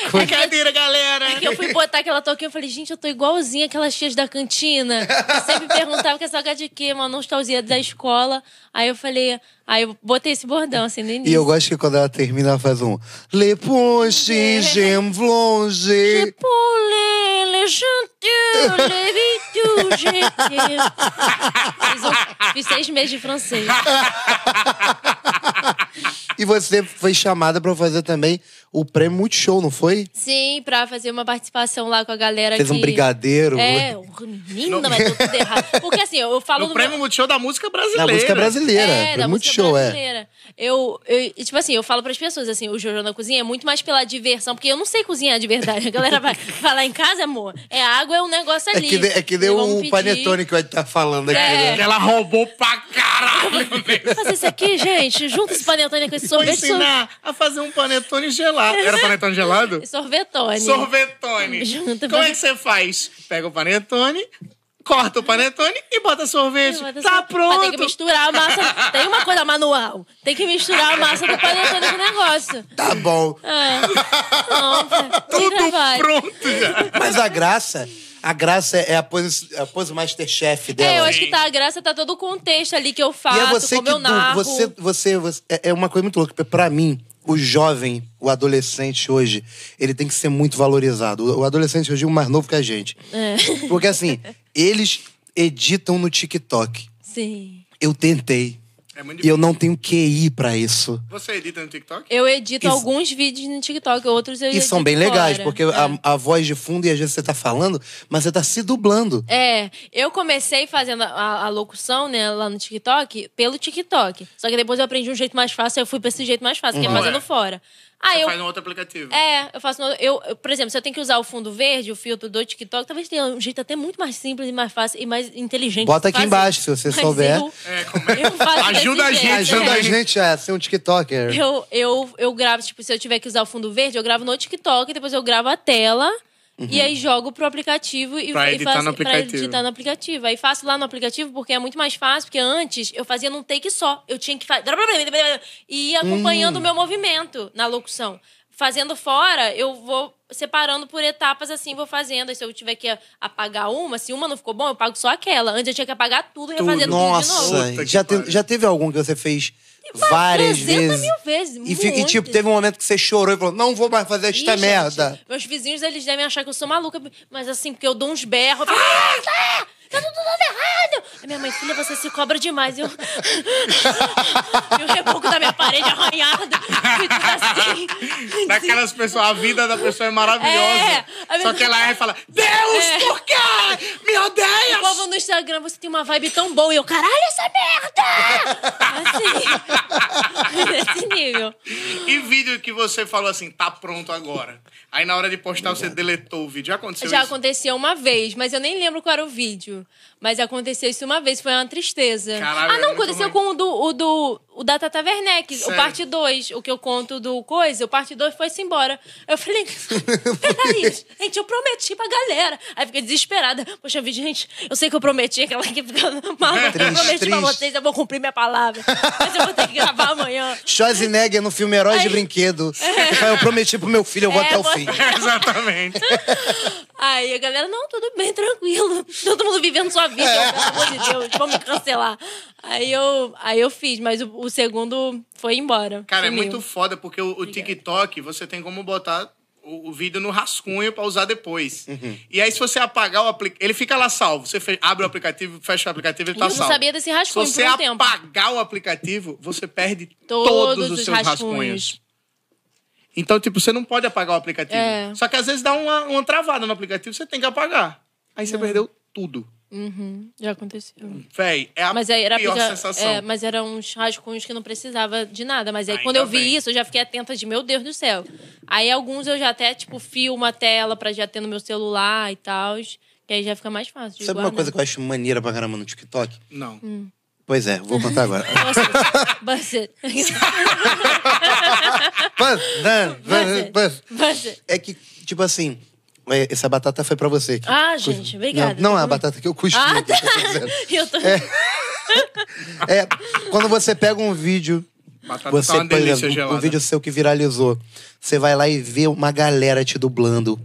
[SPEAKER 1] é Brincadeira, galera!
[SPEAKER 3] que eu fui botar aquela toquinha, eu falei, gente, eu tô igualzinha aquelas tias da cantina. Que sempre perguntava que é salgado de quê, uma nostalgia da escola. Aí eu falei, aí eu botei esse bordão assim no
[SPEAKER 2] e
[SPEAKER 3] início.
[SPEAKER 2] eu gosto que quando ela termina, ela faz um. Le ponche, j'aime
[SPEAKER 3] Je
[SPEAKER 2] blonge.
[SPEAKER 3] "Tipo, poule, le chanteur, le vidou, je t'aime. Fiz, um- fiz seis meses de francês.
[SPEAKER 2] E você foi chamada pra fazer também o prêmio Multishow, não foi?
[SPEAKER 3] Sim, pra fazer uma participação lá com a galera
[SPEAKER 2] Fez um
[SPEAKER 3] que-
[SPEAKER 2] brigadeiro.
[SPEAKER 3] É, menina, mas tô tudo errado. Porque assim, eu falo
[SPEAKER 1] No
[SPEAKER 3] do
[SPEAKER 1] Prêmio
[SPEAKER 3] meu-
[SPEAKER 1] Multishow da Música Brasileira.
[SPEAKER 2] Na música brasileira.
[SPEAKER 3] É, da
[SPEAKER 2] prêmio
[SPEAKER 3] música
[SPEAKER 2] Multishow, é.
[SPEAKER 3] brasileira. Eu, eu- tipo assim, eu falo pras pessoas, assim, o Jojo na cozinha é muito mais pela diversão, porque eu não sei cozinhar de verdade. A galera vai, vai lá em casa, amor, é água, é um negócio
[SPEAKER 2] É
[SPEAKER 3] ali.
[SPEAKER 2] que, de- é que
[SPEAKER 3] Eu
[SPEAKER 2] deu
[SPEAKER 3] vou
[SPEAKER 2] o
[SPEAKER 3] pedir.
[SPEAKER 2] panetone que o Ed tá falando aqui,
[SPEAKER 3] É.
[SPEAKER 2] né?
[SPEAKER 1] Ela roubou pra caralho, né?
[SPEAKER 3] Vou Fazer isso aqui, gente, junta esse panetone com esse
[SPEAKER 1] Vou
[SPEAKER 3] sorvete. sor-
[SPEAKER 1] ensinar a fazer um panetone gelado. Era panetone gelado?
[SPEAKER 3] Sorvetone.
[SPEAKER 1] Sorvetone.
[SPEAKER 3] Junta
[SPEAKER 1] Como é
[SPEAKER 3] pan-
[SPEAKER 1] que você faz? Pega o panetone, corta o panetone e bota sorvete.
[SPEAKER 3] Bota
[SPEAKER 1] tá
[SPEAKER 3] sor- Mas tem que
[SPEAKER 1] pronto.
[SPEAKER 3] misturar a massa. Tem uma coisa manual. Tem que misturar a massa do panetone com o negócio.
[SPEAKER 2] Tá bom.
[SPEAKER 3] É. Não, cara, tira,
[SPEAKER 1] Tudo
[SPEAKER 3] vai.
[SPEAKER 1] pronto já.
[SPEAKER 2] Mas a graça, a graça é a pose, a pose masterchef dela.
[SPEAKER 3] É, eu acho que tá, a graça tá todo o contexto ali que eu faço,
[SPEAKER 2] E é você
[SPEAKER 3] como
[SPEAKER 2] que
[SPEAKER 3] eu
[SPEAKER 2] du-
[SPEAKER 3] narro.
[SPEAKER 2] você, você, você- é é uma coisa muito louca. porque Pra mim, o jovem, o adolescente hoje, ele tem que ser muito valorizado. O- O adolescente hoje é mais novo que a gente.
[SPEAKER 3] É,
[SPEAKER 2] Porque assim, eles editam no TikTok.
[SPEAKER 3] Sim.
[SPEAKER 2] Eu tentei.
[SPEAKER 1] É muito
[SPEAKER 2] E eu não tenho QI pra isso.
[SPEAKER 1] Você edita no TikTok?
[SPEAKER 3] Eu edito
[SPEAKER 2] Isso.
[SPEAKER 3] alguns vídeos no TikTok, outros eu
[SPEAKER 2] E são
[SPEAKER 3] edito
[SPEAKER 2] bem legais,
[SPEAKER 3] fora. É.
[SPEAKER 2] porque a, a voz de fundo e às vezes você tá falando, mas você tá se dublando.
[SPEAKER 3] É, eu comecei fazendo a, a locução, né, lá no TikTok, pelo TikTok. Só que depois eu aprendi um jeito mais fácil, eu fui pra esse jeito mais fácil, que é
[SPEAKER 1] Uhum.
[SPEAKER 3] fazendo
[SPEAKER 1] É.
[SPEAKER 3] fora. Aí
[SPEAKER 1] Você
[SPEAKER 3] eu
[SPEAKER 1] faz um outro aplicativo.
[SPEAKER 3] É, eu faço. no- Eu, eu, por exemplo, se eu tenho que usar o fundo verde, o filtro do TikTok, talvez tenha um jeito até muito mais simples e mais fácil e mais inteligente.
[SPEAKER 2] Bota
[SPEAKER 3] de
[SPEAKER 2] aqui
[SPEAKER 3] fazer.
[SPEAKER 2] embaixo, se você
[SPEAKER 3] Mas
[SPEAKER 2] souber.
[SPEAKER 3] Eu,
[SPEAKER 1] É, como é?
[SPEAKER 3] eu faço desse
[SPEAKER 1] Ajuda a
[SPEAKER 3] jeito,
[SPEAKER 1] gente,
[SPEAKER 3] é.
[SPEAKER 2] Ajuda a gente a ser um
[SPEAKER 1] É.
[SPEAKER 2] TikToker.
[SPEAKER 3] Eu, eu, eu gravo, tipo, se eu tiver que usar o fundo verde, eu gravo no TikTok, depois eu gravo a tela. E aí jogo pro aplicativo e,
[SPEAKER 1] Uhum. Pra
[SPEAKER 3] e
[SPEAKER 1] editar
[SPEAKER 3] faço
[SPEAKER 1] no aplicativo.
[SPEAKER 3] pra editar no aplicativo. Aí faço lá no aplicativo porque é muito mais fácil, porque antes eu fazia num take só. Eu tinha que fazer. E ia acompanhando
[SPEAKER 1] Hum.
[SPEAKER 3] o meu movimento na locução. Fazendo fora, eu vou separando por etapas assim, vou fazendo. Aí se eu tiver que apagar uma, se uma não ficou bom, eu pago só aquela. Antes eu tinha que apagar tudo e refazer tudo, de novo.
[SPEAKER 2] Nossa,
[SPEAKER 1] Puta que
[SPEAKER 2] já, te-
[SPEAKER 1] pariu.
[SPEAKER 2] já teve algum que você fez várias
[SPEAKER 3] 300
[SPEAKER 2] vezes?
[SPEAKER 3] mil vezes,
[SPEAKER 2] E, fi- e, tipo,
[SPEAKER 3] muitas.
[SPEAKER 2] teve um momento que você chorou e falou: não vou mais fazer
[SPEAKER 3] Ih,
[SPEAKER 2] esta
[SPEAKER 3] gente,
[SPEAKER 2] merda.
[SPEAKER 3] Meus vizinhos, eles devem achar que eu sou maluca, mas assim, porque eu dou uns berros. Eu falo, ah, tá, tá tudo dando errado. Aí minha mãe, filha, você se cobra demais. Eu... e o reboco da minha parede arranhado. E tudo assim.
[SPEAKER 1] Daquelas pessoas, a vida da pessoa é maravilhosa.
[SPEAKER 3] É, a
[SPEAKER 1] Só
[SPEAKER 3] vida-
[SPEAKER 1] que ela erra e fala: Deus,
[SPEAKER 3] É.
[SPEAKER 1] por quê? Me
[SPEAKER 3] O povo
[SPEAKER 1] odeias!
[SPEAKER 3] no Instagram, você tem uma vibe tão boa. E eu, caralho, essa merda! Assim. Nesse nível.
[SPEAKER 1] E vídeo que você falou assim, tá pronto agora. Aí na hora de postar, você deletou o vídeo. Já aconteceu
[SPEAKER 3] Já
[SPEAKER 1] isso?
[SPEAKER 3] aconteceu uma vez, mas eu nem lembro qual era o vídeo. Mas aconteceu isso uma vez, foi uma tristeza.
[SPEAKER 1] Caralho,
[SPEAKER 3] ah,
[SPEAKER 1] é
[SPEAKER 3] não,
[SPEAKER 1] muito
[SPEAKER 3] aconteceu
[SPEAKER 1] mais-
[SPEAKER 3] com o do, o do o da Tata Werneck, o
[SPEAKER 1] Sério?
[SPEAKER 3] parte 2, o que eu conto do coisa, o parte 2 foi-se embora. Eu falei, peraí, gente, eu prometi pra galera. Aí fiquei desesperada. Poxa vida, gente, eu sei que eu prometi, aquela que fica maluca, eu
[SPEAKER 2] Triste,
[SPEAKER 3] prometi pra
[SPEAKER 2] triste.
[SPEAKER 3] vocês, eu vou cumprir minha palavra. Mas eu vou ter que gravar amanhã.
[SPEAKER 2] Schwarzenegger no filme Heróis de
[SPEAKER 3] Aí-
[SPEAKER 2] Brinquedo. Eu prometi pro meu filho, eu vou
[SPEAKER 3] É,
[SPEAKER 2] até o
[SPEAKER 3] vou-
[SPEAKER 2] fim.
[SPEAKER 1] Exatamente.
[SPEAKER 3] Aí a galera, não, tudo bem, tranquilo. Todo mundo vivendo sua vida, pelo
[SPEAKER 1] É.
[SPEAKER 3] amor de Deus, vão me cancelar. Aí eu, aí eu fiz, mas o, o segundo foi embora.
[SPEAKER 1] Cara, é
[SPEAKER 3] sumiu.
[SPEAKER 1] muito foda, porque o, o TikTok, você tem como botar o, o vídeo no rascunho pra usar depois. E aí, se você apagar o aplicativo, ele fica lá salvo. Você fe- abre o aplicativo, fecha o aplicativo, ele
[SPEAKER 3] E
[SPEAKER 1] tá
[SPEAKER 3] eu não
[SPEAKER 1] salvo.
[SPEAKER 3] sabia desse rascunho
[SPEAKER 1] Se você
[SPEAKER 3] por um tempo.
[SPEAKER 1] apagar o aplicativo, você perde todos,
[SPEAKER 3] Todos
[SPEAKER 1] os
[SPEAKER 3] os
[SPEAKER 1] seus rascunhos.
[SPEAKER 3] rascunhos.
[SPEAKER 1] Então, tipo, você não pode apagar o aplicativo.
[SPEAKER 3] É.
[SPEAKER 1] Só que às vezes dá uma, uma travada no aplicativo, você tem que apagar. Aí
[SPEAKER 3] É.
[SPEAKER 1] você perdeu tudo.
[SPEAKER 3] Uhum, já aconteceu.
[SPEAKER 1] Véi, é a
[SPEAKER 3] Mas aí era
[SPEAKER 1] pior
[SPEAKER 3] aplica-
[SPEAKER 1] sensação.
[SPEAKER 3] é, mas eram uns rascunhos que não precisava de nada. Mas aí
[SPEAKER 1] Ainda
[SPEAKER 3] quando eu vi
[SPEAKER 1] bem.
[SPEAKER 3] isso, eu já fiquei atenta de meu Deus do céu. Aí alguns eu já até, tipo, filmo a tela pra já ter no meu celular e tal. Que aí já fica mais fácil. de
[SPEAKER 2] Sabe uma
[SPEAKER 3] guardar.
[SPEAKER 2] coisa que eu acho maneira pra caramba no TikTok?
[SPEAKER 1] Não.
[SPEAKER 3] hum.
[SPEAKER 2] Pois é, vou contar agora.
[SPEAKER 3] Buzzed.
[SPEAKER 2] Buzz, dan, buzz,
[SPEAKER 3] Buzzed.
[SPEAKER 2] buzz.
[SPEAKER 3] Buzzed.
[SPEAKER 2] É que, tipo assim, é, essa batata foi pra você. que
[SPEAKER 3] Ah,
[SPEAKER 2] cus-
[SPEAKER 3] gente, obrigada.
[SPEAKER 2] Não, não é a batata que eu cuspi.
[SPEAKER 3] Ah,
[SPEAKER 2] que eu tô dizendo.
[SPEAKER 3] Eu tô...
[SPEAKER 2] É, quando você pega um vídeo.
[SPEAKER 1] Batata
[SPEAKER 2] Você,
[SPEAKER 1] tá uma
[SPEAKER 2] por
[SPEAKER 1] delícia
[SPEAKER 2] exemplo,
[SPEAKER 1] gelada.
[SPEAKER 2] um vídeo seu que viralizou. Você vai lá e vê uma galera te dublando.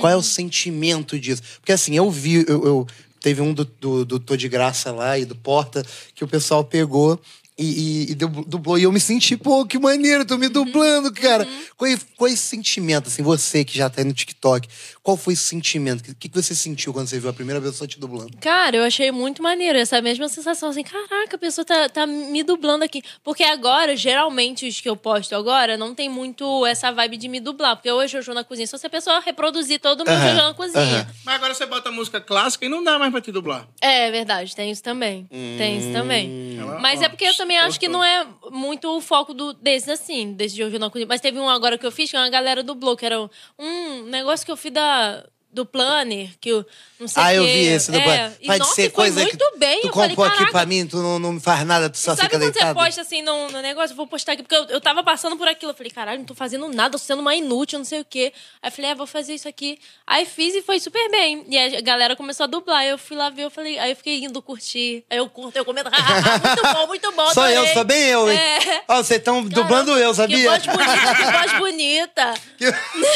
[SPEAKER 2] Qual é o sentimento disso? Porque assim, eu vi, eu, eu- teve um do, do, do Tô de Graça lá e do Porta que o pessoal pegou. E, e- e dub- dublou, e eu me senti, pô, que maneiro, tô me dublando, cara. Qual, é- qual é esse sentimento, assim, você que já tá aí no TikTok, qual foi esse sentimento? O que, que você sentiu quando você viu a primeira pessoa te dublando?
[SPEAKER 3] Cara, eu achei muito maneiro essa mesma sensação, assim, caraca, a pessoa tá, tá me dublando aqui. Porque agora, geralmente, os que eu posto agora, não tem muito essa vibe de me dublar. Porque hoje eu jogo na cozinha. Só se a pessoa reproduzir todo mundo
[SPEAKER 2] Aham,
[SPEAKER 3] jogando na cozinha.
[SPEAKER 2] aham.
[SPEAKER 1] Mas agora você bota música clássica e não dá mais pra te dublar.
[SPEAKER 3] É verdade, tem isso também. Tem isso
[SPEAKER 2] Hum.
[SPEAKER 3] também. Mas
[SPEAKER 1] ó,
[SPEAKER 3] é porque eu também acho que
[SPEAKER 1] cortou.
[SPEAKER 3] não é muito o foco do, desse, assim, desse jogo na cozinha. Mas teve um agora que eu fiz, que é uma galera do Blow, que era um, um negócio que eu fiz da. Do planner, que eu não sei
[SPEAKER 2] ah, eu
[SPEAKER 3] quê.
[SPEAKER 2] vi esse do
[SPEAKER 3] é,
[SPEAKER 2] banho.
[SPEAKER 3] e,
[SPEAKER 2] Vai
[SPEAKER 3] nossa,
[SPEAKER 2] ser
[SPEAKER 3] e foi
[SPEAKER 2] coisa
[SPEAKER 3] muito
[SPEAKER 2] que
[SPEAKER 3] bem.
[SPEAKER 2] tu
[SPEAKER 3] eu falei,
[SPEAKER 2] compõe aqui
[SPEAKER 3] caraca,
[SPEAKER 2] pra mim, tu não, não faz nada, tu só
[SPEAKER 3] Sabe
[SPEAKER 2] fica
[SPEAKER 3] quando
[SPEAKER 2] deitado.
[SPEAKER 3] você posta assim no, no negócio, eu vou postar aqui, porque eu, eu tava passando por aquilo. Eu falei, caralho, não tô fazendo nada, tô sendo uma inútil, não sei o quê. Aí eu falei, ah, vou fazer isso aqui. Aí fiz e foi super bem. E aí a galera começou a dublar. Eu fui lá ver, eu falei, aí eu fiquei indo curtir. Aí eu curto, eu comento, "Ah, muito bom, muito bom.
[SPEAKER 2] Só eu,
[SPEAKER 3] adorei."
[SPEAKER 2] sou bem eu, hein?
[SPEAKER 3] É.
[SPEAKER 2] Ó, vocês estão dublando eu,
[SPEAKER 3] Que
[SPEAKER 2] sabia?
[SPEAKER 3] voz bonita, que voz bonita.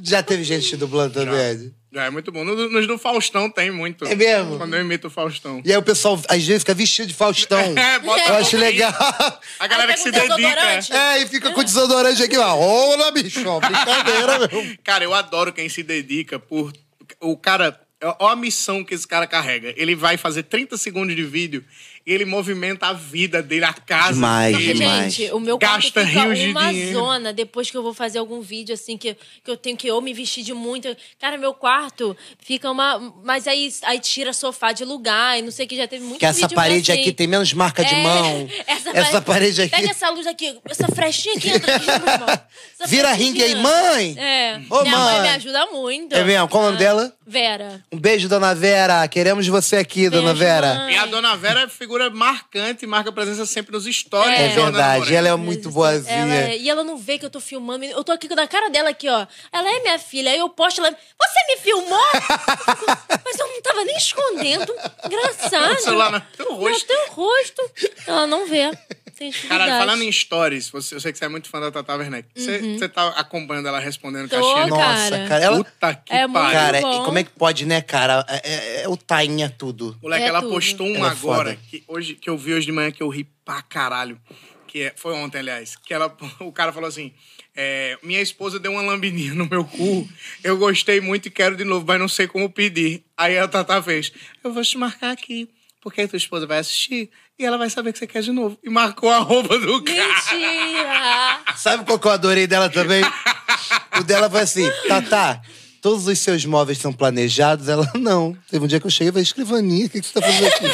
[SPEAKER 2] Já teve gente te dublando também.
[SPEAKER 1] Já é muito bom. No- Nos do Faustão tem muito.
[SPEAKER 2] É mesmo?
[SPEAKER 1] Quando eu imito o Faustão.
[SPEAKER 2] E aí o pessoal, às vezes, fica vestido de Faustão.
[SPEAKER 1] É, bota
[SPEAKER 2] eu acho
[SPEAKER 1] um
[SPEAKER 2] legal.
[SPEAKER 1] A galera
[SPEAKER 3] Aí
[SPEAKER 1] que se
[SPEAKER 3] pega um
[SPEAKER 1] dedica.
[SPEAKER 3] desodorante.
[SPEAKER 2] É, e fica com o desodorante aqui, ó. Olá, bicho, ó, brincadeira, meu.
[SPEAKER 1] Cara, eu adoro quem se dedica por. O cara. Olha a missão que esse cara carrega. Ele vai fazer 30 segundos de vídeo E ele movimenta a vida dele, a casa.
[SPEAKER 2] Demais,
[SPEAKER 1] dele.
[SPEAKER 2] demais.
[SPEAKER 3] Gente, o meu
[SPEAKER 1] Gasta
[SPEAKER 3] quarto fica
[SPEAKER 1] rios de
[SPEAKER 3] uma
[SPEAKER 1] dinheiro.
[SPEAKER 3] zona depois que eu vou fazer algum vídeo, assim, que, que eu tenho que eu me vestir de muito. Cara, meu quarto fica uma... Mas aí, aí tira sofá de lugar e não sei o que, já teve muito
[SPEAKER 2] Que essa
[SPEAKER 3] vídeo
[SPEAKER 2] parede
[SPEAKER 3] assim.
[SPEAKER 2] aqui tem menos marca de
[SPEAKER 3] É,
[SPEAKER 2] mão. Essa, parede aqui.
[SPEAKER 3] Pega essa luz aqui, essa frestinha aqui entra aqui, meu irmão. Essa
[SPEAKER 2] Vira
[SPEAKER 3] frestinha.
[SPEAKER 2] ringue aí, mãe!
[SPEAKER 3] É.
[SPEAKER 2] Ô,
[SPEAKER 3] Minha mãe
[SPEAKER 2] mãe.
[SPEAKER 3] me ajuda muito.
[SPEAKER 2] É mesmo? Qual o nome
[SPEAKER 3] Ah,
[SPEAKER 2] dela?
[SPEAKER 3] Vera.
[SPEAKER 2] Um beijo, dona Vera. Queremos você aqui, dona
[SPEAKER 3] Beijo,
[SPEAKER 2] Vera.
[SPEAKER 3] mãe.
[SPEAKER 1] E a dona Vera é figura marcante, marca presença sempre nos stories.
[SPEAKER 2] É
[SPEAKER 1] do Jordana
[SPEAKER 2] verdade,
[SPEAKER 1] Moreno.
[SPEAKER 2] ela é muito boazinha.
[SPEAKER 3] Ela é- e ela não vê que eu tô filmando. Eu tô aqui com a cara dela aqui, ó. Ela é minha filha. Aí eu posto, ela... Você me filmou? Mas eu não tava nem escondendo. Engraçado.
[SPEAKER 1] O celular no teu rosto.
[SPEAKER 3] No teu rosto. Ela não vê. Tem
[SPEAKER 2] é
[SPEAKER 3] dificuldade.
[SPEAKER 1] Caralho, falando em stories, você, eu sei que você é muito fã da Tata Werneck. Você, você tá acompanhando ela respondendo
[SPEAKER 3] Uhum. Tô,
[SPEAKER 1] caixinha? de
[SPEAKER 3] cara.
[SPEAKER 1] perguntas?
[SPEAKER 2] Nossa, é cara. Ela,
[SPEAKER 1] Puta que
[SPEAKER 3] É muito-
[SPEAKER 1] tá pariu.
[SPEAKER 2] cara, e
[SPEAKER 3] bom.
[SPEAKER 2] como é que pode, né, cara? É, é- é o time é tudo.
[SPEAKER 1] Moleque,
[SPEAKER 3] É
[SPEAKER 1] ela
[SPEAKER 3] tudo.
[SPEAKER 1] postou um
[SPEAKER 2] Ela é
[SPEAKER 1] agora
[SPEAKER 2] foda.
[SPEAKER 1] que, hoje, que eu vi hoje de manhã que eu ri pra caralho. Que é- foi ontem, aliás. Que ela, o cara falou assim: é, Minha esposa deu uma lambininha no meu cu. Eu gostei muito e quero de novo, mas não sei como pedir. Aí a Tata fez: Eu vou te marcar aqui, porque a tua esposa vai assistir e ela vai saber que você quer de novo. E marcou a roupa do cara.
[SPEAKER 3] Mentira.
[SPEAKER 2] Sabe qual que eu adorei dela também? o dela foi assim, Tatá, todos os seus móveis são planejados? Ela, não. Teve um dia que eu cheguei e falei, escrivaninha, o que, que você tá fazendo aqui?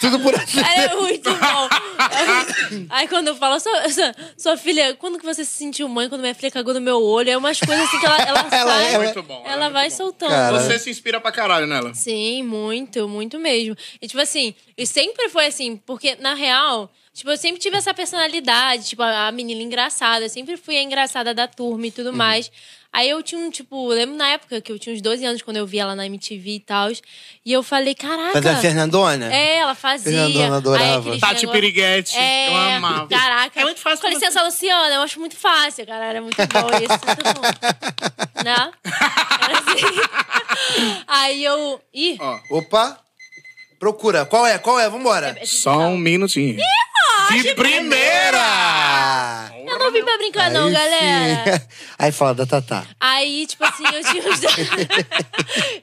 [SPEAKER 2] tudo por assim.
[SPEAKER 3] Era é muito bom. Aí quando eu falo, sua, sua- sua filha, quando que você se sentiu mãe? Quando minha filha cagou no meu olho? É umas coisas assim que ela, ela,
[SPEAKER 2] Ela
[SPEAKER 3] sai.
[SPEAKER 2] é-
[SPEAKER 1] Muito bom, ela
[SPEAKER 3] Ela
[SPEAKER 1] é
[SPEAKER 3] vai
[SPEAKER 1] muito bom.
[SPEAKER 3] soltando.
[SPEAKER 2] Cara.
[SPEAKER 1] Você se inspira pra caralho nela.
[SPEAKER 3] Sim, muito, muito mesmo. E tipo assim, e sempre foi assim, porque na real, tipo, eu sempre tive essa personalidade, tipo, a, a menina engraçada, eu sempre fui a engraçada da turma e tudo mais. Aí eu tinha um, tipo, eu lembro na época que eu tinha uns 12 anos quando eu vi ela na MTV e tal. E eu falei, caraca.
[SPEAKER 2] Fazer a Fernandona?
[SPEAKER 3] É, ela fazia.
[SPEAKER 2] Fernandona adorava.
[SPEAKER 3] Aí, aqueles
[SPEAKER 1] Tati
[SPEAKER 3] negócio-
[SPEAKER 1] Piriguete,
[SPEAKER 3] É,
[SPEAKER 1] eu amava.
[SPEAKER 3] Caraca.
[SPEAKER 1] É muito fácil pra
[SPEAKER 3] Com licença, Luciana, eu acho muito fácil, cara. Era muito bom isso.
[SPEAKER 2] é
[SPEAKER 3] Muito bom. Né? Era assim. Aí eu. Ih!
[SPEAKER 1] Ó.
[SPEAKER 2] Opa, procura. Qual é? Qual é? Vambora.
[SPEAKER 3] tipo,
[SPEAKER 1] Só um minutinho.
[SPEAKER 3] né?
[SPEAKER 1] De primeira!
[SPEAKER 2] Ah,
[SPEAKER 3] Eu não vim pra brincar, não,
[SPEAKER 2] aí
[SPEAKER 3] galera.
[SPEAKER 2] sim. Aí tá, fala da Tatá.
[SPEAKER 3] Aí, tipo assim, eu tinha uns 12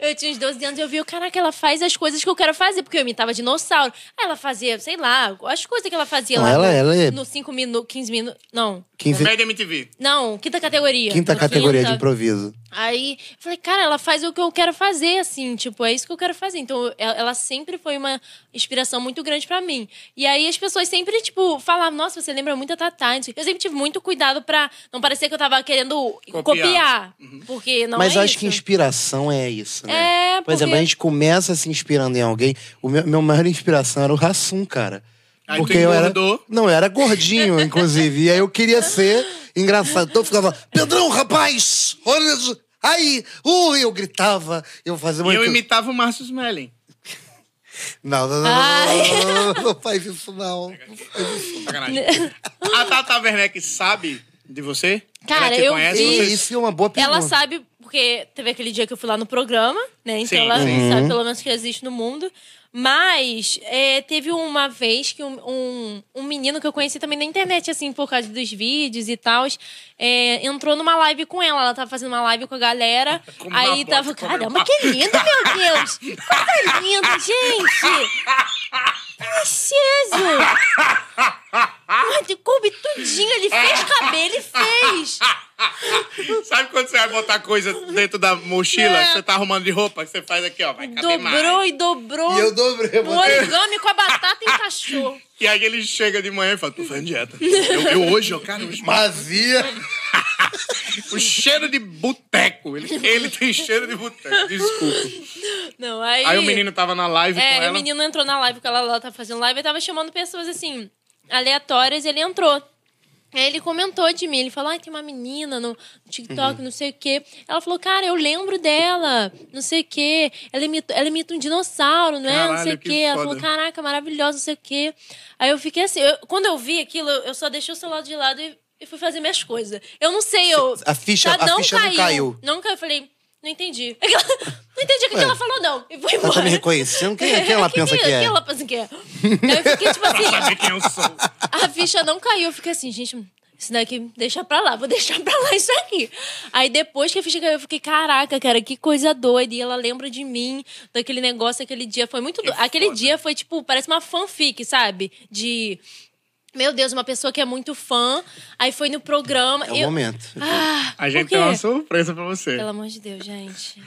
[SPEAKER 3] Eu tinha uns 12 anos e eu vi, caraca, ela faz as coisas que eu quero fazer, porque eu imitava dinossauro. Aí ela fazia, sei lá, as coisas que ela fazia
[SPEAKER 2] Não,
[SPEAKER 3] lá
[SPEAKER 2] ela-
[SPEAKER 3] no-
[SPEAKER 2] ela é-
[SPEAKER 3] no 5 minutos, 15 minutos. Não.
[SPEAKER 2] 15,
[SPEAKER 1] Comédia MTV.
[SPEAKER 3] Não, quinta
[SPEAKER 1] é
[SPEAKER 3] categoria.
[SPEAKER 2] quinta
[SPEAKER 3] No
[SPEAKER 2] categoria de
[SPEAKER 1] tá-
[SPEAKER 3] quinta.
[SPEAKER 2] improviso.
[SPEAKER 3] Aí, eu falei, cara, ela faz o que eu quero fazer, assim, tipo, é isso que eu quero fazer. Então, ela ela sempre foi uma inspiração muito grande pra mim. E aí as pessoas sempre, tipo, falavam, nossa, você lembra muito a Tatá. Eu sempre tive muito cuidado pra não parecer que eu tava querendo
[SPEAKER 1] Copiar.
[SPEAKER 3] copiar. Porque não
[SPEAKER 2] Mas
[SPEAKER 3] é
[SPEAKER 2] eu acho
[SPEAKER 3] isso.
[SPEAKER 2] que inspiração é isso, né?
[SPEAKER 3] É,
[SPEAKER 2] Por exemplo,
[SPEAKER 3] porque-
[SPEAKER 2] a gente começa se inspirando em alguém. O meu, meu maior inspiração era o Rassum, cara.
[SPEAKER 1] Aí tu
[SPEAKER 2] Porque eu era.
[SPEAKER 1] engordou.
[SPEAKER 2] Não, eu era gordinho, inclusive. E aí eu queria ser engraçado. Então eu ficava, Pedrão, rapaz! Olha isso! Aí! Uh, eu gritava, eu fazia
[SPEAKER 1] E
[SPEAKER 2] muito.
[SPEAKER 1] eu imitava o Márcio Smelling.
[SPEAKER 2] Não, não, não, não, não, não, não, não faz isso, não.
[SPEAKER 1] Sacanagem. A Tata Werneck sabe de você?
[SPEAKER 3] Cara,
[SPEAKER 1] Ela te
[SPEAKER 3] eu
[SPEAKER 1] conhece?
[SPEAKER 3] vi-
[SPEAKER 1] Você-
[SPEAKER 2] Isso é uma boa pergunta.
[SPEAKER 3] Ela sabe, porque teve aquele dia que eu fui lá no programa, né? Então
[SPEAKER 1] Sim,
[SPEAKER 3] ela
[SPEAKER 1] sim.
[SPEAKER 3] sabe pelo menos que existe no mundo. Mas é, teve uma vez que um, um, um menino que eu conheci também na internet, assim, por causa dos vídeos e tal, entrou numa live com ela. Ela tava fazendo uma live com a galera.
[SPEAKER 1] Com uma
[SPEAKER 3] aí
[SPEAKER 1] bota,
[SPEAKER 3] tava,
[SPEAKER 1] com
[SPEAKER 3] caramba,
[SPEAKER 1] uma
[SPEAKER 3] que lindo, meu Deus! Coisa linda, gente! Precioso! Mas coube tudinho, ele fez cabelo e fez!
[SPEAKER 1] Sabe quando você vai botar coisa dentro da mochila
[SPEAKER 3] É.
[SPEAKER 1] que você tá arrumando de roupa? Que você faz aqui, ó. Vai caber
[SPEAKER 3] Dobrou
[SPEAKER 1] mais.
[SPEAKER 3] e dobrou.
[SPEAKER 2] E eu dobrei, eu
[SPEAKER 3] O
[SPEAKER 2] botei.
[SPEAKER 3] origami com a batata um encaixou.
[SPEAKER 1] E aí ele chega de manhã e fala, tô fazendo dieta. Eu, eu hoje, ó, cara, hoje-
[SPEAKER 2] Vazia.
[SPEAKER 1] o cheiro de boteco. Ele, ele tem cheiro de boteco, desculpa.
[SPEAKER 3] Não, aí...
[SPEAKER 1] Aí o menino tava na live com
[SPEAKER 3] É,
[SPEAKER 1] ela.
[SPEAKER 3] o menino entrou na live, porque ela, ela tá fazendo live, e tava chamando pessoas, assim, aleatórias, e ele entrou. Aí ele comentou de mim, ele falou, ai, tem uma menina no TikTok,
[SPEAKER 1] Uhum.
[SPEAKER 3] não sei o quê. Ela falou, cara, eu lembro dela, não sei o quê. Ela imita, ela imita um dinossauro, não é? não
[SPEAKER 1] Caralho,
[SPEAKER 3] sei o
[SPEAKER 1] que
[SPEAKER 3] quê. Ela falou,
[SPEAKER 1] foda.
[SPEAKER 3] caraca, maravilhosa, não sei o quê. Aí eu fiquei assim, eu- quando eu vi aquilo, eu eu só deixei o celular de lado e, e fui fazer minhas coisas. Eu não sei, eu...
[SPEAKER 2] A ficha- a ficha não caiu. É.
[SPEAKER 3] Não caiu, eu falei, não entendi. não entendi o que, que ela falou, não. E fui
[SPEAKER 2] Ela tá me
[SPEAKER 3] embora.
[SPEAKER 2] reconhecendo. Quem, quem ela pensa que é?
[SPEAKER 3] Quem ela pensa que é? Aí eu fiquei tipo
[SPEAKER 1] Pra saber
[SPEAKER 3] assim,
[SPEAKER 1] quem eu sou.
[SPEAKER 3] a ficha não caiu. Eu fiquei assim, gente, Isso daqui, deixa pra lá, vou deixar pra lá isso aqui. Aí depois que a ficha caiu, eu fiquei, caraca, cara, que coisa doida. E ela lembra de mim, daquele negócio, aquele dia. Foi muito doido. Aquele dia foi, tipo, parece uma fanfic, sabe? De. Meu Deus, uma pessoa que é muito fã. Aí foi no programa.
[SPEAKER 2] É o
[SPEAKER 3] eu-
[SPEAKER 2] momento.
[SPEAKER 3] Ah,
[SPEAKER 1] A gente tá
[SPEAKER 3] por quê?
[SPEAKER 1] tem uma surpresa pra você.
[SPEAKER 3] Pelo amor de Deus, gente.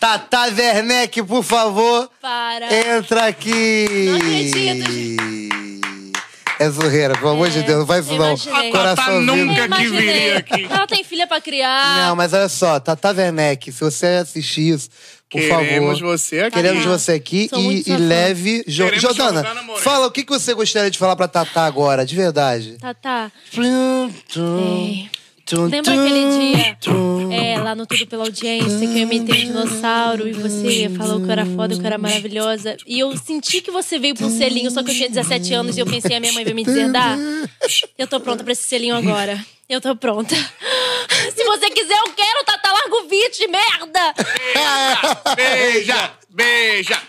[SPEAKER 2] Tata Werneck, por favor,
[SPEAKER 3] Para.
[SPEAKER 2] entra aqui.
[SPEAKER 3] Não acredito,
[SPEAKER 2] É zoeira, pelo amor de Deus, não vai isso
[SPEAKER 3] eu
[SPEAKER 2] não.
[SPEAKER 3] imaginei.
[SPEAKER 2] Coração
[SPEAKER 1] Tata
[SPEAKER 2] vivo.
[SPEAKER 1] nunca
[SPEAKER 3] Eu
[SPEAKER 1] que
[SPEAKER 3] imaginei.
[SPEAKER 1] viria aqui.
[SPEAKER 3] Ela tem filha pra criar.
[SPEAKER 2] Não, mas olha só, Tata Werneck, se você assistir isso, por
[SPEAKER 1] Queremos
[SPEAKER 2] favor.
[SPEAKER 1] você aqui.
[SPEAKER 2] Queremos você aqui
[SPEAKER 3] Sou
[SPEAKER 2] e,
[SPEAKER 3] muito sua
[SPEAKER 2] e
[SPEAKER 3] fã.
[SPEAKER 2] leve. Jo
[SPEAKER 1] Queremos
[SPEAKER 2] Jordana,
[SPEAKER 1] Jordana Moreira.
[SPEAKER 2] fala o que que você gostaria de falar pra Tatá agora, de verdade.
[SPEAKER 3] Tá, tá.
[SPEAKER 2] Tum, tum,
[SPEAKER 3] Ei.
[SPEAKER 2] tum,
[SPEAKER 3] Lembra
[SPEAKER 2] tum,
[SPEAKER 3] aquele dia?
[SPEAKER 2] tum.
[SPEAKER 3] É, lá no Tudo pela Audiência, que eu imitei um dinossauro e você falou que eu era foda, que eu era maravilhosa. E eu senti que você veio pra um selinho, só que eu tinha 17 anos e eu pensei, a minha mãe vai me deserdar. Eu tô pronta pra esse selinho agora. Eu tô pronta. Se você quiser, eu quero, Tata, larga o vídeo, merda!
[SPEAKER 1] Beija, beija.